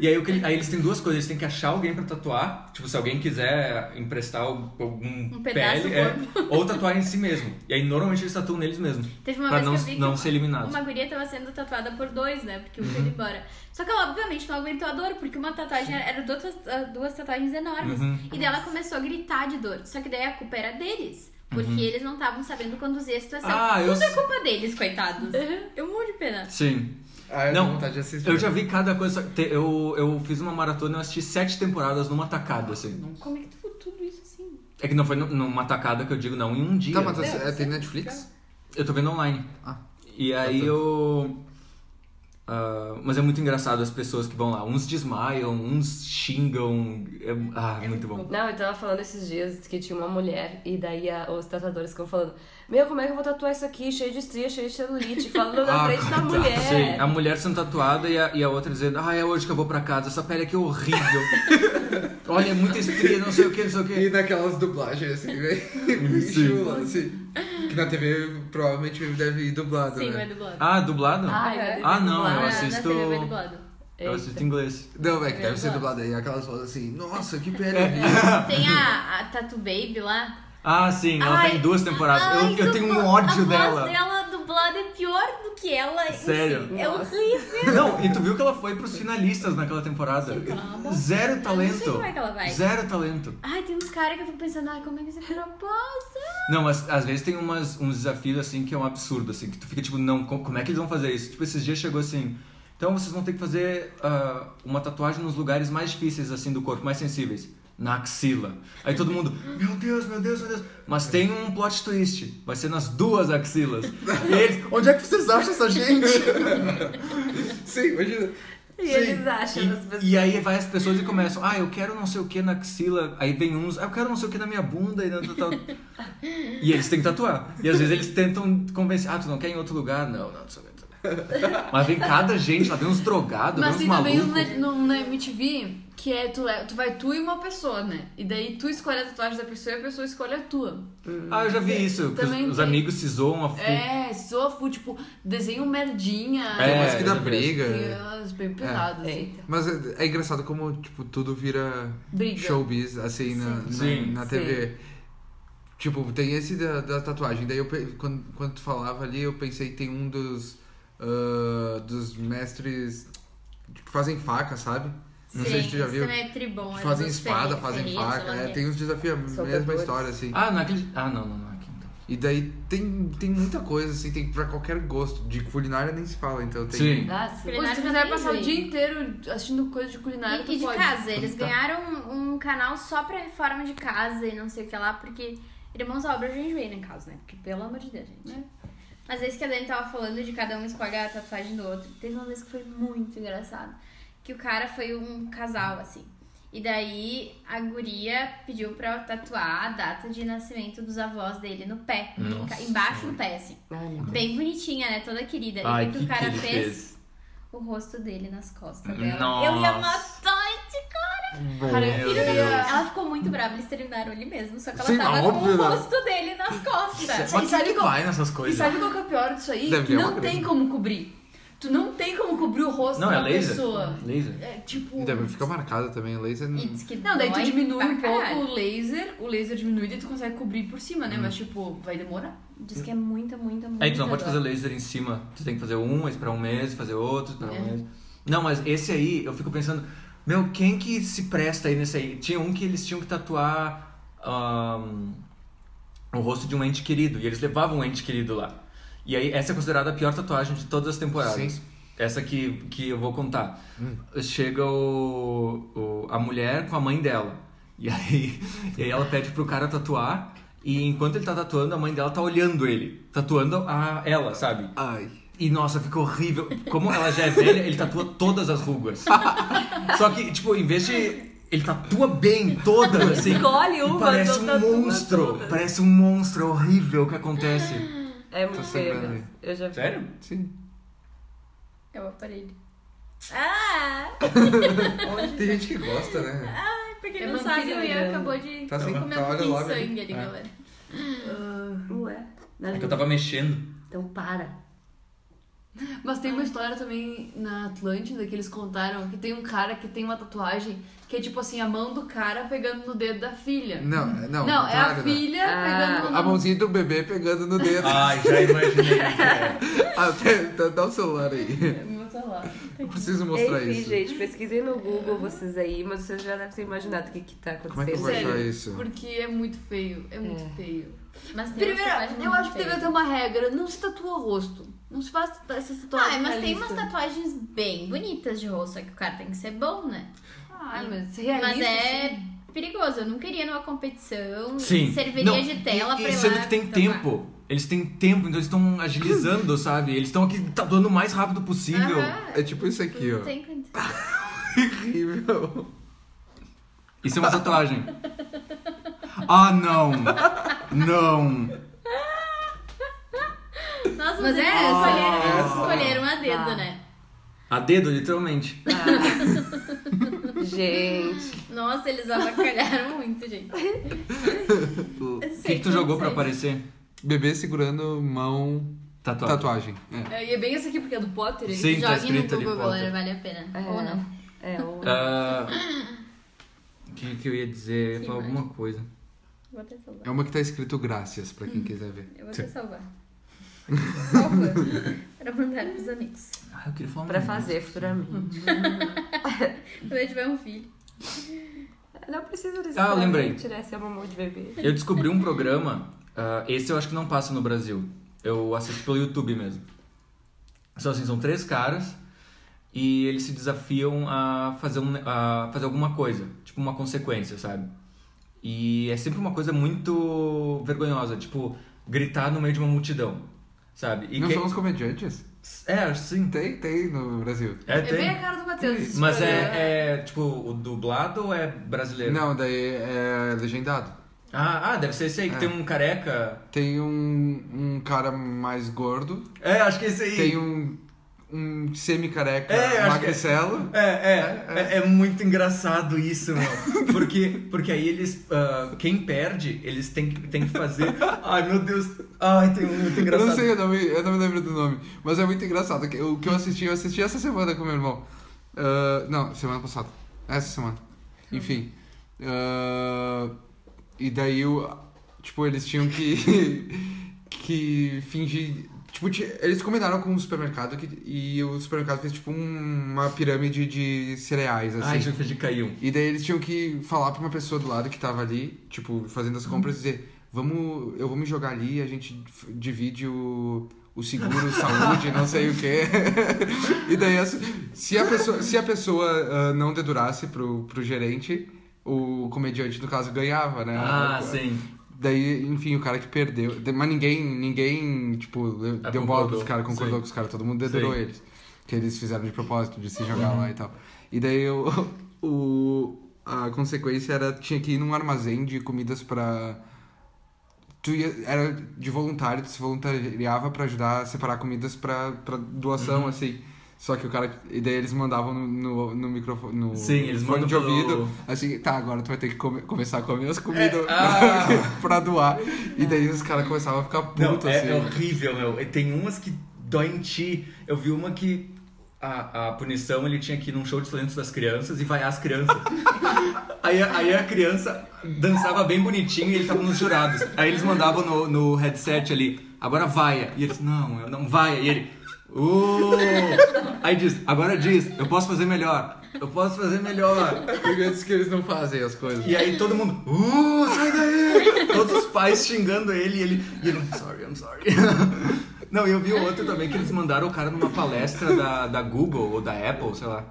S4: E aí, o que ele- aí eles têm duas coisas, eles têm que achar alguém pra tatuar, tipo, se alguém quiser emprestar al- algum
S5: Um pedaço
S4: pele,
S5: do
S4: é, ou tatuar em si mesmo. E aí normalmente eles tatuam neles mesmos.
S5: Teve uma
S4: pra
S5: vez
S4: não,
S5: que eu vi que
S4: não
S5: uma-
S4: ser Uhum. eliminados.
S5: Uma guria tava sendo tatuada por dois, né? Porque um foi embora. Só que ela, obviamente, não aguentou a dor, porque uma tatuagem era duas, ah, duas tatuagens enormes.
S4: Uhum.
S5: E daí ela começou a gritar de dor. Só que daí a culpa era deles. Porque eles não estavam sabendo conduzir a situação.
S4: Uhum. Ah, eu
S5: Tudo é
S4: s-
S5: culpa deles, coitados. Eu morro de pena.
S4: Sim.
S1: Ah, eu
S4: Não,
S1: tenho vontade de assistir.
S4: Eu já vi cada coisa. só que te- Eu, eu fiz uma maratona e eu assisti sete temporadas numa tacada, assim.
S5: Como é que tu viu tudo isso assim?
S4: É que não foi nu- numa tacada que eu digo, não, em um dia.
S1: Tá, mas
S3: Não,
S1: é, tem
S3: sim,
S1: Netflix?
S4: Eu tô vendo online.
S1: Ah.
S4: E aí eu. ah, mas é muito engraçado as pessoas que vão lá. Uns desmaiam, uns xingam. é- ah, muito bom.
S3: Não, eu tava falando esses dias que tinha uma mulher e daí a- os tratadores ficam falando: Meu, como é que eu vou tatuar isso aqui? Cheio de estria, cheio de celulite, falando na
S1: Ah,
S3: frente da
S4: *laughs* tá,
S1: coitado.
S3: mulher.
S4: Sim, a mulher sendo tatuada e a, e a outra dizendo: Ah, é hoje que eu vou pra casa, essa pele aqui é horrível. Olha, é muita estria, não sei o que, não sei o
S1: E
S4: que.
S1: naquelas dublagens, assim,
S4: *laughs*
S1: né? Chula, assim. Que na TV provavelmente deve ir dublado,
S5: Sim,
S1: né?
S5: vai dublado.
S4: Ah, dublado?
S3: Ai, vai ter
S4: Ah,
S3: que
S4: não,
S3: dublar.
S4: eu
S5: Na-
S4: assisto-
S5: Na TV vai dublado.
S4: Eu assisto inglês.
S1: Não, é que deve ser
S5: Verdade.
S1: dublado aí. Aquelas vozes assim, nossa, que
S4: *laughs* É.
S1: pele.
S5: Tem a, a Tatu Baby lá.
S4: Ah, sim, ela
S5: Ai,
S4: tá em duas temporadas.
S5: ai,
S4: eu, eu
S5: tu-
S4: tenho um ódio
S5: A
S4: dela.
S5: voz dela dublada é pior do que ela. em si.
S4: Sério?
S5: É horrível.
S4: Não, e tu viu que ela foi pros finalistas naquela temporada. Zero talento.
S5: Eu não sei como é que ela vai.
S4: Zero talento.
S5: Ai, tem uns caras que eu fico pensando, ai, como é que esse cara passa?
S4: Não, mas às vezes tem umas, uns desafios assim que é um absurdo, assim, que tu fica tipo, não, co- como é que eles vão fazer isso? Tipo, esses dias chegou assim. Então vocês vão ter que fazer ah, uma tatuagem nos lugares mais difíceis, assim, do corpo, mais sensíveis. Na axila. Aí todo mundo, meu Deus, meu Deus, meu Deus. Mas tem um plot twist. Vai ser nas
S1: *laughs*
S4: duas axilas. E eles,
S1: Onde é que vocês acham essa gente? Sim, imagina.
S3: E
S1: Sim.
S3: eles acham as pessoas.
S4: E, e aí vai as pessoas e começam, ah, eu quero não sei o que na axila, aí vem uns, ah, eu quero não sei o que na minha bunda e na tal. e eles têm que tatuar. E às vezes eles tentam convencer, ah, tu não quer em outro lugar? Não, não, não sei o que. Mas vem cada gente, lá vem uns drogados,
S2: Mas
S4: vem uns
S2: tem também um
S4: malucos.
S2: na, no- na MTV que é tu, le- tu vai tu e uma pessoa, né? E daí tu escolhe a tatuagem da pessoa e a pessoa escolhe a tua.
S4: Ah, eu já vi isso, que os,
S2: Também
S4: os
S2: tem.
S4: amigos se zoam a fu-
S2: É, sofu, tipo, desenho merdinha.
S4: É,
S1: Mas que dá
S4: já vi.
S1: briga.
S2: Tem umas bem pesadas,
S3: É.
S2: assim.
S1: Mas é, é engraçado como, tipo, tudo vira
S2: Briga.
S1: showbiz, assim, na, na,
S4: Sim.
S1: na
S3: Sim.
S1: TV. Tipo, tem esse da, da tatuagem. Daí, eu, pe- quando, quando tu falava ali, eu pensei, tem um dos, ah, dos mestres que fazem faca, sabe? Não sei se tu já viu.
S5: Também é tribom,
S1: Que
S5: é
S1: fazem
S5: dos
S1: espada,
S5: ferre-
S1: fazem
S5: ferreiros,
S1: faca.
S5: sei lá o
S1: É,
S5: quê.
S1: tem uns desafios, a mesma
S3: Soldadores.
S1: história, assim.
S4: Ah, naquele. Ah, não, não, não, aqui então.
S1: E daí tem, tem muita coisa, assim, tem pra qualquer gosto. De culinária nem se fala, então tem.
S4: Sim.
S3: Ah, sim.
S2: Ou se tu quiser
S5: Culinária
S2: passar o
S5: também,
S2: dia inteiro assistindo coisa de
S3: é
S2: culinária,
S5: E, e
S2: tu
S5: de
S2: pode.
S5: casa, eles
S1: Tá.
S5: ganharam um, um canal só pra reforma de casa e não sei o que lá, porque Irmãos à Obra eu já enjoei na casa, né? Porque pelo amor de Deus,
S3: É.
S5: gente. Mas esse que a Dani tava falando de cada um escolhe a tatuagem do outro. Teve uma vez que foi muito engraçado. Que o cara foi um casal, assim. E daí a guria pediu pra eu tatuar a data de nascimento dos avós dele no pé. em ca-
S4: Nossa
S5: Embaixo do pé, assim.
S3: Ai, meu Deus.
S5: Bem bonitinha, né? Toda
S2: É,
S5: querida. e
S4: Ai,
S5: o
S4: que
S5: que o cara
S4: ele
S5: fez? O rosto dele nas costas dela.
S4: Nossa.
S5: Eu ia matar esse cara.
S2: Cara, eu
S4: Meu
S2: queria.
S5: Ela ficou muito brava, eles terminaram ele mesmo. Só que ela
S1: Sim,
S5: tava
S1: óbvio,
S5: com
S1: né?
S5: o rosto dele nas costas.
S4: Mas
S2: sabe
S4: quem que
S2: qual-
S4: vai nessas
S2: E
S4: coisas?
S2: sabe qual que é o pior disso aí?
S1: Deve
S2: Que
S1: ter uma
S2: não
S1: grana.
S2: tem como cobrir. Tu não tem como cobrir o rosto
S4: Não,
S2: da
S4: é laser?
S2: pessoa.
S4: Laser.
S2: É tipo.
S1: E daí Então, fica marcada também, a laser.
S5: E diz que
S2: Não, daí tu
S5: dói
S2: diminui
S5: pra
S2: um pouco
S5: caralho.
S2: o laser, o laser diminui e tu consegue cobrir por cima, né?
S1: Hum.
S2: Mas tipo, vai demorar.
S5: Diz que é muita, muita, muita.
S4: Aí tu então, não pode
S5: dor.
S4: fazer laser em cima. Tu tem que fazer um, esperar um mês, fazer outro, esperar
S2: É.
S4: um mês. Não, mas esse aí, eu fico pensando, meu, quem que se presta aí nesse aí? Tinha um que eles tinham que tatuar ahn, o rosto de um ente querido. E eles levavam um ente querido lá. E aí, essa é considerada a pior tatuagem de todas as temporadas.
S1: Sim.
S4: Essa que, que eu vou contar. Chega o, o- a mulher com a mãe dela. E aí, e aí ela pede pro cara tatuar. E enquanto ele tá tatuando, a mãe dela tá olhando ele. Tatuando a ela, sabe?
S1: Ai.
S4: E nossa, fica horrível. Como ela já é velha, ele tatua todas as rugas. Só que, tipo, em vez de. Ele tatua bem todas, assim.
S3: Escolhe
S4: E
S3: uma,
S4: Parece
S3: não
S4: um
S3: tatua
S4: monstro.
S3: todas.
S4: Parece um monstro, é horrível o que acontece.
S3: É muito feio.
S1: sangrando.
S3: mesmo. Eu já vi.
S4: Sério?
S1: Sim.
S5: É o aparelho. Ah!
S1: Tem gente que gosta, né?
S5: Porque
S2: É
S5: não sabe, o Ian
S3: vampiro.
S5: acabou de
S1: Tá
S4: assim,
S1: sem-
S5: comer
S1: tá,
S5: um
S1: olha
S5: pouquinho de
S1: logo aí.
S5: sangue ali,
S1: É.
S5: galera.
S3: Ué.
S2: Ah,
S4: É que eu tava mexendo.
S3: Então para.
S2: Mas tem uma história também na Atlântida que eles contaram que tem um cara que tem uma tatuagem que é tipo assim, a mão do cara pegando no dedo da filha.
S1: Não, não.
S2: Não, é a
S1: claro,
S2: filha
S3: Ah.
S2: pegando
S1: A
S2: no
S1: mãozinha do bebê pegando no dedo. *laughs*
S4: Ai, já imaginei. É.
S1: Ah, pera, dá- dá o celular aí.
S2: meu celular.
S1: Eu preciso mostrar
S3: Enfim,
S1: isso.
S3: É gente, pesquisem no Google vocês aí, mas vocês já devem ter imaginado o que, que tá acontecendo.
S1: Como é que eu vou
S2: Sério.
S1: achar isso?
S2: Porque é muito feio, é muito
S3: É.
S2: feio.
S5: Mas tem
S2: Primeiro,
S5: umas tatuagens
S2: eu acho que
S5: muito
S2: deve ter
S5: feias.
S2: uma regra, não se tatua o rosto. Não se faz essas tatuagens
S5: Ah, mas tem umas
S2: realistas.
S5: tatuagens bem bonitas de rosto, só que o cara tem que ser bom, né?
S2: Ah, mas realista,
S5: mas é
S2: assim.
S5: perigoso, eu não queria numa competição,
S4: Sim.
S5: serviria
S4: Não,
S5: de tela
S4: e-
S5: pra
S4: e
S5: ir
S4: Sendo
S5: lá
S4: que tem
S5: tomar.
S4: tempo. Eles têm tempo, então eles estão
S5: *laughs*
S4: agilizando, sabe? Eles estão aqui tatuando o mais rápido possível.
S5: Aham.
S1: É tipo isso aqui,
S5: Não
S1: ó.
S5: tem condição.
S1: Horrível.
S4: Isso é uma tatuagem. Ah, não! Não!
S2: Mas
S5: Nossa, mas é,
S2: é
S5: escolheram,
S4: essa.
S5: eles escolheram a dedo,
S3: Ah.
S5: né?
S4: A dedo,
S5: *laughs*
S4: literalmente.
S3: Ah. gente,
S5: Nossa, eles avacalharam muito, gente.
S1: O
S4: O que, que tu jogou pra aparecer?
S1: Bebê segurando mão.
S4: Tatuagem.
S1: Tatuagem. É.
S2: É, e é bem essa aqui, porque é do Potter. hein?
S4: Sim. Tem, tá
S5: Joguem no
S4: escrito ali,
S5: Google,
S4: foto.
S5: galera, vale a pena.
S3: É.
S5: *laughs* Ou não.
S3: é o...
S1: Tá.
S4: Ah, O que, que eu ia dizer? Eu ia
S5: Que
S4: falar
S5: imagem.
S4: alguma coisa.
S5: Vou até salvar.
S1: É uma que tá escrito graças, pra quem quiser ver.
S5: Eu vou até salvar. Salva. pra mandar pros amigos.
S4: Ah, eu queria falar um
S3: pra
S4: negócio.
S3: fazer futuramente.
S5: Quando eu tiver um filho.
S3: Não precisa disso.
S4: Ah, eu lembrei.
S3: Tirar esse é amor de bebê.
S4: Eu descobri um programa, ah, esse eu acho que não passa no Brasil. Eu assisto pelo YouTube mesmo. São assim, são três caras e eles se desafiam a fazer, um, a fazer alguma coisa, tipo uma consequência, sabe? E é sempre uma coisa muito vergonhosa, tipo gritar no meio de uma multidão, sabe? E
S1: Não
S4: quem-
S1: são os comediantes?
S4: É, acho sim.
S1: Tem, tem no Brasil.
S4: É,
S2: É bem
S4: tem.
S2: a cara do Matheus. esse
S4: Mas
S2: programa.
S4: é, é, tipo o dublado ou é brasileiro?
S1: Não, daí é legendado.
S4: Ah, ah, deve ser esse aí que
S1: É.
S4: tem um careca.
S1: Tem um, um cara mais gordo,
S4: É, acho que é esse aí.
S1: tem um, um semi-careca
S4: É, acho que é.
S1: magricelo.
S4: É, é, é, é muito engraçado isso,
S1: *laughs*
S4: meu. Porque, porque aí eles. ah, quem perde, eles têm que, têm que fazer. Ai, meu Deus. Ai, tem um muito
S1: Eu
S4: engraçado.
S1: não sei, eu não, me, eu não me lembro do nome, mas é muito engraçado. que- O que eu assisti, eu assisti essa semana com meu irmão. Ah, não, semana passada. Essa semana. Enfim. Ah, e daí, o- tipo, eles tinham que, *laughs* que fingir. Tipo, ti- eles combinaram com o supermercado que- e o supermercado fez tipo um- uma pirâmide de cereais, assim.
S4: Ai, já fez de caiu.
S1: E daí eles tinham que falar pra uma pessoa do lado que tava ali, tipo, fazendo as compras,
S4: Uhum.
S1: dizer, vamos, eu vou me jogar ali e a gente f- divide o, o seguro, *laughs* saúde, não sei o quê. *laughs* e daí, essa- se a pessoa, se a pessoa ah, não dedurasse pro, pro gerente, o comediante, no caso, ganhava, né?
S4: Ah, sim.
S1: Daí, enfim, o cara que perdeu. de- Mas ninguém, ninguém tipo, le-
S4: Ah,
S1: deu bola
S4: concordou,
S1: pros caras, concordou
S4: sim.
S1: com os caras, todo mundo dedurou
S4: Sim. Uhum.
S1: eles. Que eles fizeram de propósito, de se jogar lá e tal. E daí o, *laughs* o, a consequência era tinha que ir num armazém de comidas pra. Tu ia, era de voluntário, tu se voluntariava pra ajudar a separar comidas pra, pra doação,
S4: Uhum.
S1: assim. Só que o cara. E daí eles mandavam no, no, no microfone. No
S4: Sim, eles
S1: fone de
S4: mandam pelo-
S1: ouvido. Assim, tá, agora tu vai ter que come- começar a comer as comidas
S4: ah.
S1: *laughs* pra doar. E daí os caras começavam a ficar
S4: Não,
S1: putos,
S4: é,
S1: assim.
S4: é horrível, meu. E Tem umas que dói em ti. Eu vi uma que a, a punição ele tinha que ir num show de talentos das crianças e vaiar as crianças. aí, a- aí a criança dançava bem bonitinho e ele tava nos jurados. Aí eles mandavam no, no headset ali, agora vaia. E eles, não, eu não vaia. E ele, uh! Aí diz, agora diz, eu posso fazer melhor. Eu posso fazer melhor.
S1: Porque antes que eles não fazem as coisas.
S4: E aí todo mundo, uh, sai daí! Todos os pais xingando ele e ele, e ele, I'm sorry, I'm sorry. *laughs* Não, eu vi outro também que eles mandaram o cara numa palestra da, da Google ou da Apple, sei lá.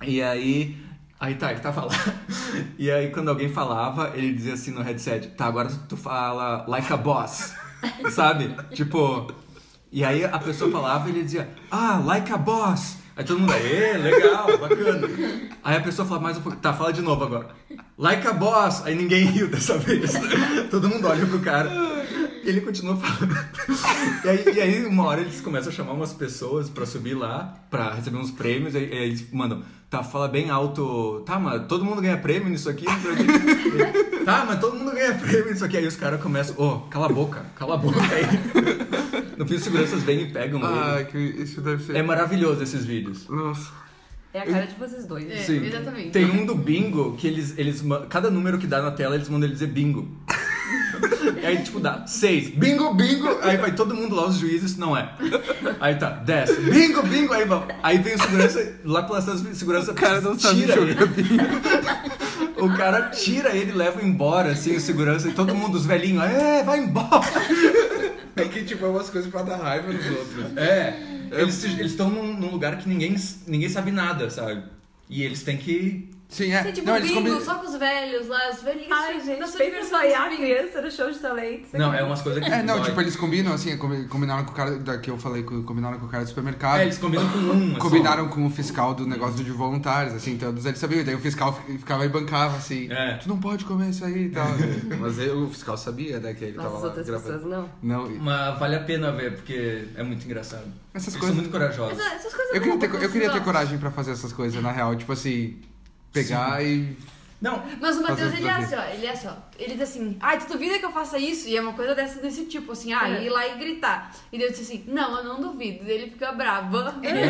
S4: E aí, aí tá, ele tava lá. *laughs* E aí quando alguém falava, ele dizia assim no headset, tá, agora tu fala like a boss, sabe? Tipo, e aí a pessoa falava e ele dizia, ah, like a boss. Aí todo mundo, ê, legal, bacana. Aí a pessoa fala mais um pouco, tá, fala de novo agora. Like a boss. Aí ninguém riu dessa vez. *laughs* Todo mundo olha pro cara. E ele continua falando. *laughs* E aí, e aí uma hora eles começam a chamar umas pessoas pra subir lá, pra receber uns prêmios. Aí, aí eles mandam, tá, fala bem alto. Tá, mas todo mundo ganha prêmio nisso aqui. não sei o quê." Tá, mas todo mundo ganha prêmio, isso aqui. Aí os caras começam, ô, cala a boca, cala a boca aí. *laughs* No fim, os seguranças vêm e pegam
S1: Ah,
S4: ele.
S1: que isso deve ser.
S4: É maravilhoso esses vídeos.
S1: Nossa.
S3: É a cara de vocês dois.
S2: É, exatamente.
S4: Tem um do bingo que eles, eles. ma- Cada número que dá na tela, eles mandam ele dizer
S1: *laughs*
S4: bingo. Aí, tipo, dá seis. Bingo, bingo. Aí vai todo mundo lá, os juízes, não é. Aí tá, 10. Bingo, bingo. Aí, vão. aí vem o segurança, lá pelas tantas, o segurança
S1: O cara não sabe
S4: tira ele.
S1: jogar bingo.
S4: O cara tira ele, leva embora, assim, o segurança, e todo mundo, os velhinhos, é, vai embora.
S1: É que tipo, é umas coisas pra dar raiva nos outros.
S4: É, eles estão num, num lugar que ninguém, ninguém sabe nada, sabe? E eles têm que.
S1: Sim, é.
S2: Tem tipo
S1: não, eles
S2: bingo
S1: combinam.
S2: só com os velhos lá, os velhinhos.
S6: Ai, gente,
S2: nossa
S6: fez
S2: diversão
S6: ensaiar a
S2: dos
S6: criança no show de talentos.
S4: Não, é umas coisas que.
S1: É, não,
S4: dói.
S1: tipo, eles combinam assim, combi- combinaram com o cara da, que eu falei, com- combinaram com o cara do supermercado.
S4: É, eles combinam com um. assim.
S1: Combinaram com o fiscal do negócio de voluntários, assim, todos eles sabiam. E daí o fiscal fi- ficava e bancava, assim,
S4: É.
S1: tu não pode comer isso aí e tal. *laughs* Mas eu- o fiscal sabia, né, que ele
S3: Mas
S1: tava
S3: as
S1: lá
S3: outras pessoas
S1: gravando.
S3: não.
S1: Não, e-
S4: Mas vale a pena ver, porque é muito engraçado.
S1: Essas
S4: eles
S1: coisas-
S4: são muito corajosos.
S5: ah,
S2: Essa- Essas coisas
S1: eu queria,
S2: não
S1: ter, eu queria ter
S2: funcionam.
S1: coragem pra fazer essas coisas, na real. Tipo assim, pegar e...
S4: Não,
S2: Mas o Matheus,
S1: Fazer
S2: ele é
S1: fazer.
S2: assim, ó, ele é assim, ó. Ele diz assim, ai, tu duvida que eu faça isso? E é uma coisa dessa, desse tipo, assim, ah,
S6: É.
S2: ir lá e gritar. E daí eu disse assim, não, eu não duvido. E daí ele fica bravo.
S1: É.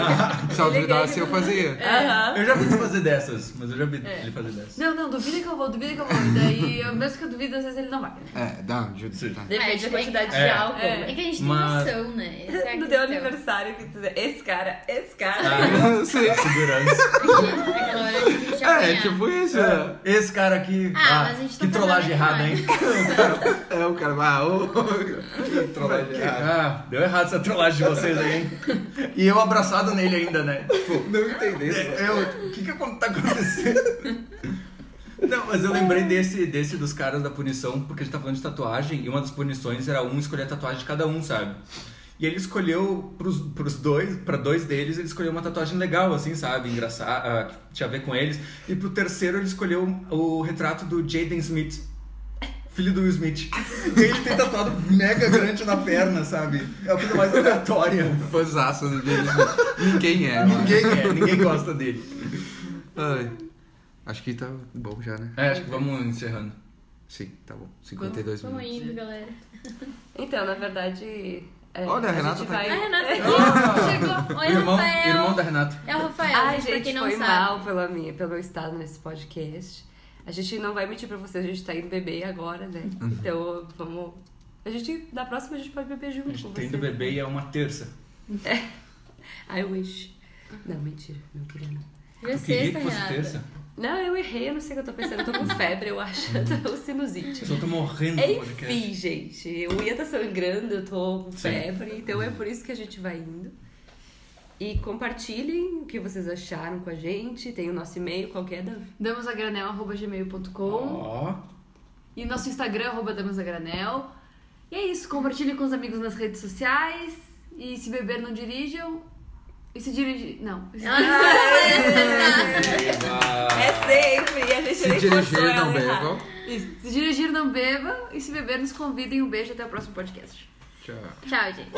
S1: Se ela
S2: Ele
S1: duvidasse,
S2: ganha.
S1: eu fazia.
S6: Aham.
S4: eu já vi tu fazer dessas, mas eu já vi
S2: É.
S4: ele fazer dessas.
S2: Não, não, duvida que eu vou, duvida que eu vou. E daí, eu- mesmo que eu duvido, às vezes ele não vai.
S1: É, dá, ju-
S3: *laughs*
S4: Sim.
S1: tá.
S6: Depende
S5: É,
S6: da quantidade
S4: é.
S6: de álcool.
S2: É.
S5: É que a gente tem
S4: Mas-
S5: noção, né? Essa é a
S6: No teu
S5: questão.
S6: aniversário, que tu esse cara, esse cara.
S4: Ah,
S1: Sim.
S4: segurança.
S1: *laughs*
S5: Aquela hora que a gente
S1: É,
S5: apanha.
S1: tipo isso, né?
S4: É, Esse cara aqui.
S5: Ah, mas a gente
S4: que
S5: tá
S4: trollagem errada, hein?
S5: trabalhando
S1: É, o cara vai, ah, ô, que trollagem *laughs* errada.
S4: *laughs* Ah, deu errado essa trollagem de vocês aí, hein? E eu abraçado nele ainda, né?
S1: Tipo, Não entendi isso.
S4: Eu, o que que acon- tá acontecendo? *laughs* Não, mas eu lembrei desse, desse dos caras da punição, porque a gente tá falando de tatuagem, e uma das punições era um escolher a tatuagem de cada um, sabe? E ele escolheu pros, pros dois, pra dois deles, ele escolheu uma tatuagem legal, assim, sabe? Engraçada, ah, que tinha a ver com eles. E pro terceiro ele escolheu o retrato do Jaden Smith, filho do Will Smith. E ele tem tatuado mega grande na perna, sabe? É a coisa mais aleatória.
S1: Fãzaço do James Bond. Ninguém é. mano.
S4: Ninguém é, ninguém gosta dele.
S1: Ai. Acho que tá bom já, né?
S4: É, acho que vamos encerrando.
S1: Sim, tá bom. 52
S5: Vamos
S1: minutos.
S5: indo, galera.
S3: Então, na verdade. é,
S1: Olha, a Renata
S3: gente
S1: tá
S5: A
S3: vai...
S5: Ah, Renata chegou. Oi,
S4: Ah. irmão,
S5: Rafael.
S4: irmão da Renata.
S5: É o Rafael,
S3: Ai,
S5: pra
S3: gente,
S5: quem não
S3: foi
S5: sabe.
S3: mal pela minha, pelo meu estado nesse podcast. A gente não vai mentir pra vocês, a gente tá indo beber agora, né?
S4: Uhum.
S3: Então, vamos. A gente, na próxima, a gente pode beber junto
S4: A gente
S3: com
S4: tá
S3: vocês.
S4: indo beber e é uma terça.
S3: I wish. Não, mentira, não queria não.
S5: Já é
S4: Eu queria que
S5: sexta,
S4: fosse
S5: Renata.
S4: terça.
S3: Não, eu errei, eu não sei o que eu tô pensando. Eu
S4: *laughs*
S3: tô com febre, eu acho. Eu tô com sinusite.
S4: Eu só tô morrendo no podcast.
S3: Enfim, gente, o Ia tá sangrando, eu tô com
S4: Sim.
S3: febre, então é por isso que a gente vai indo. E compartilhem o que vocês acharam com a gente. Tem o nosso e-mail, qualquer da.
S2: Damos a granel, arroba gmail.com.
S4: Ó,
S2: E nosso Instagram, arroba damos a granel. E é isso, compartilhe com os amigos nas redes sociais. E se beber, não dirijam. E se dirigir... Não. E se-
S4: eba.
S6: É sempre, e a gente
S1: Se
S6: nem forçou
S1: dirigir,
S6: ela
S1: não
S6: errar.
S1: bebam.
S2: Isso. Se dirigir, não beba. E se beber, nos convidem. Um beijo até o próximo podcast.
S1: Tchau.
S5: Tchau, gente.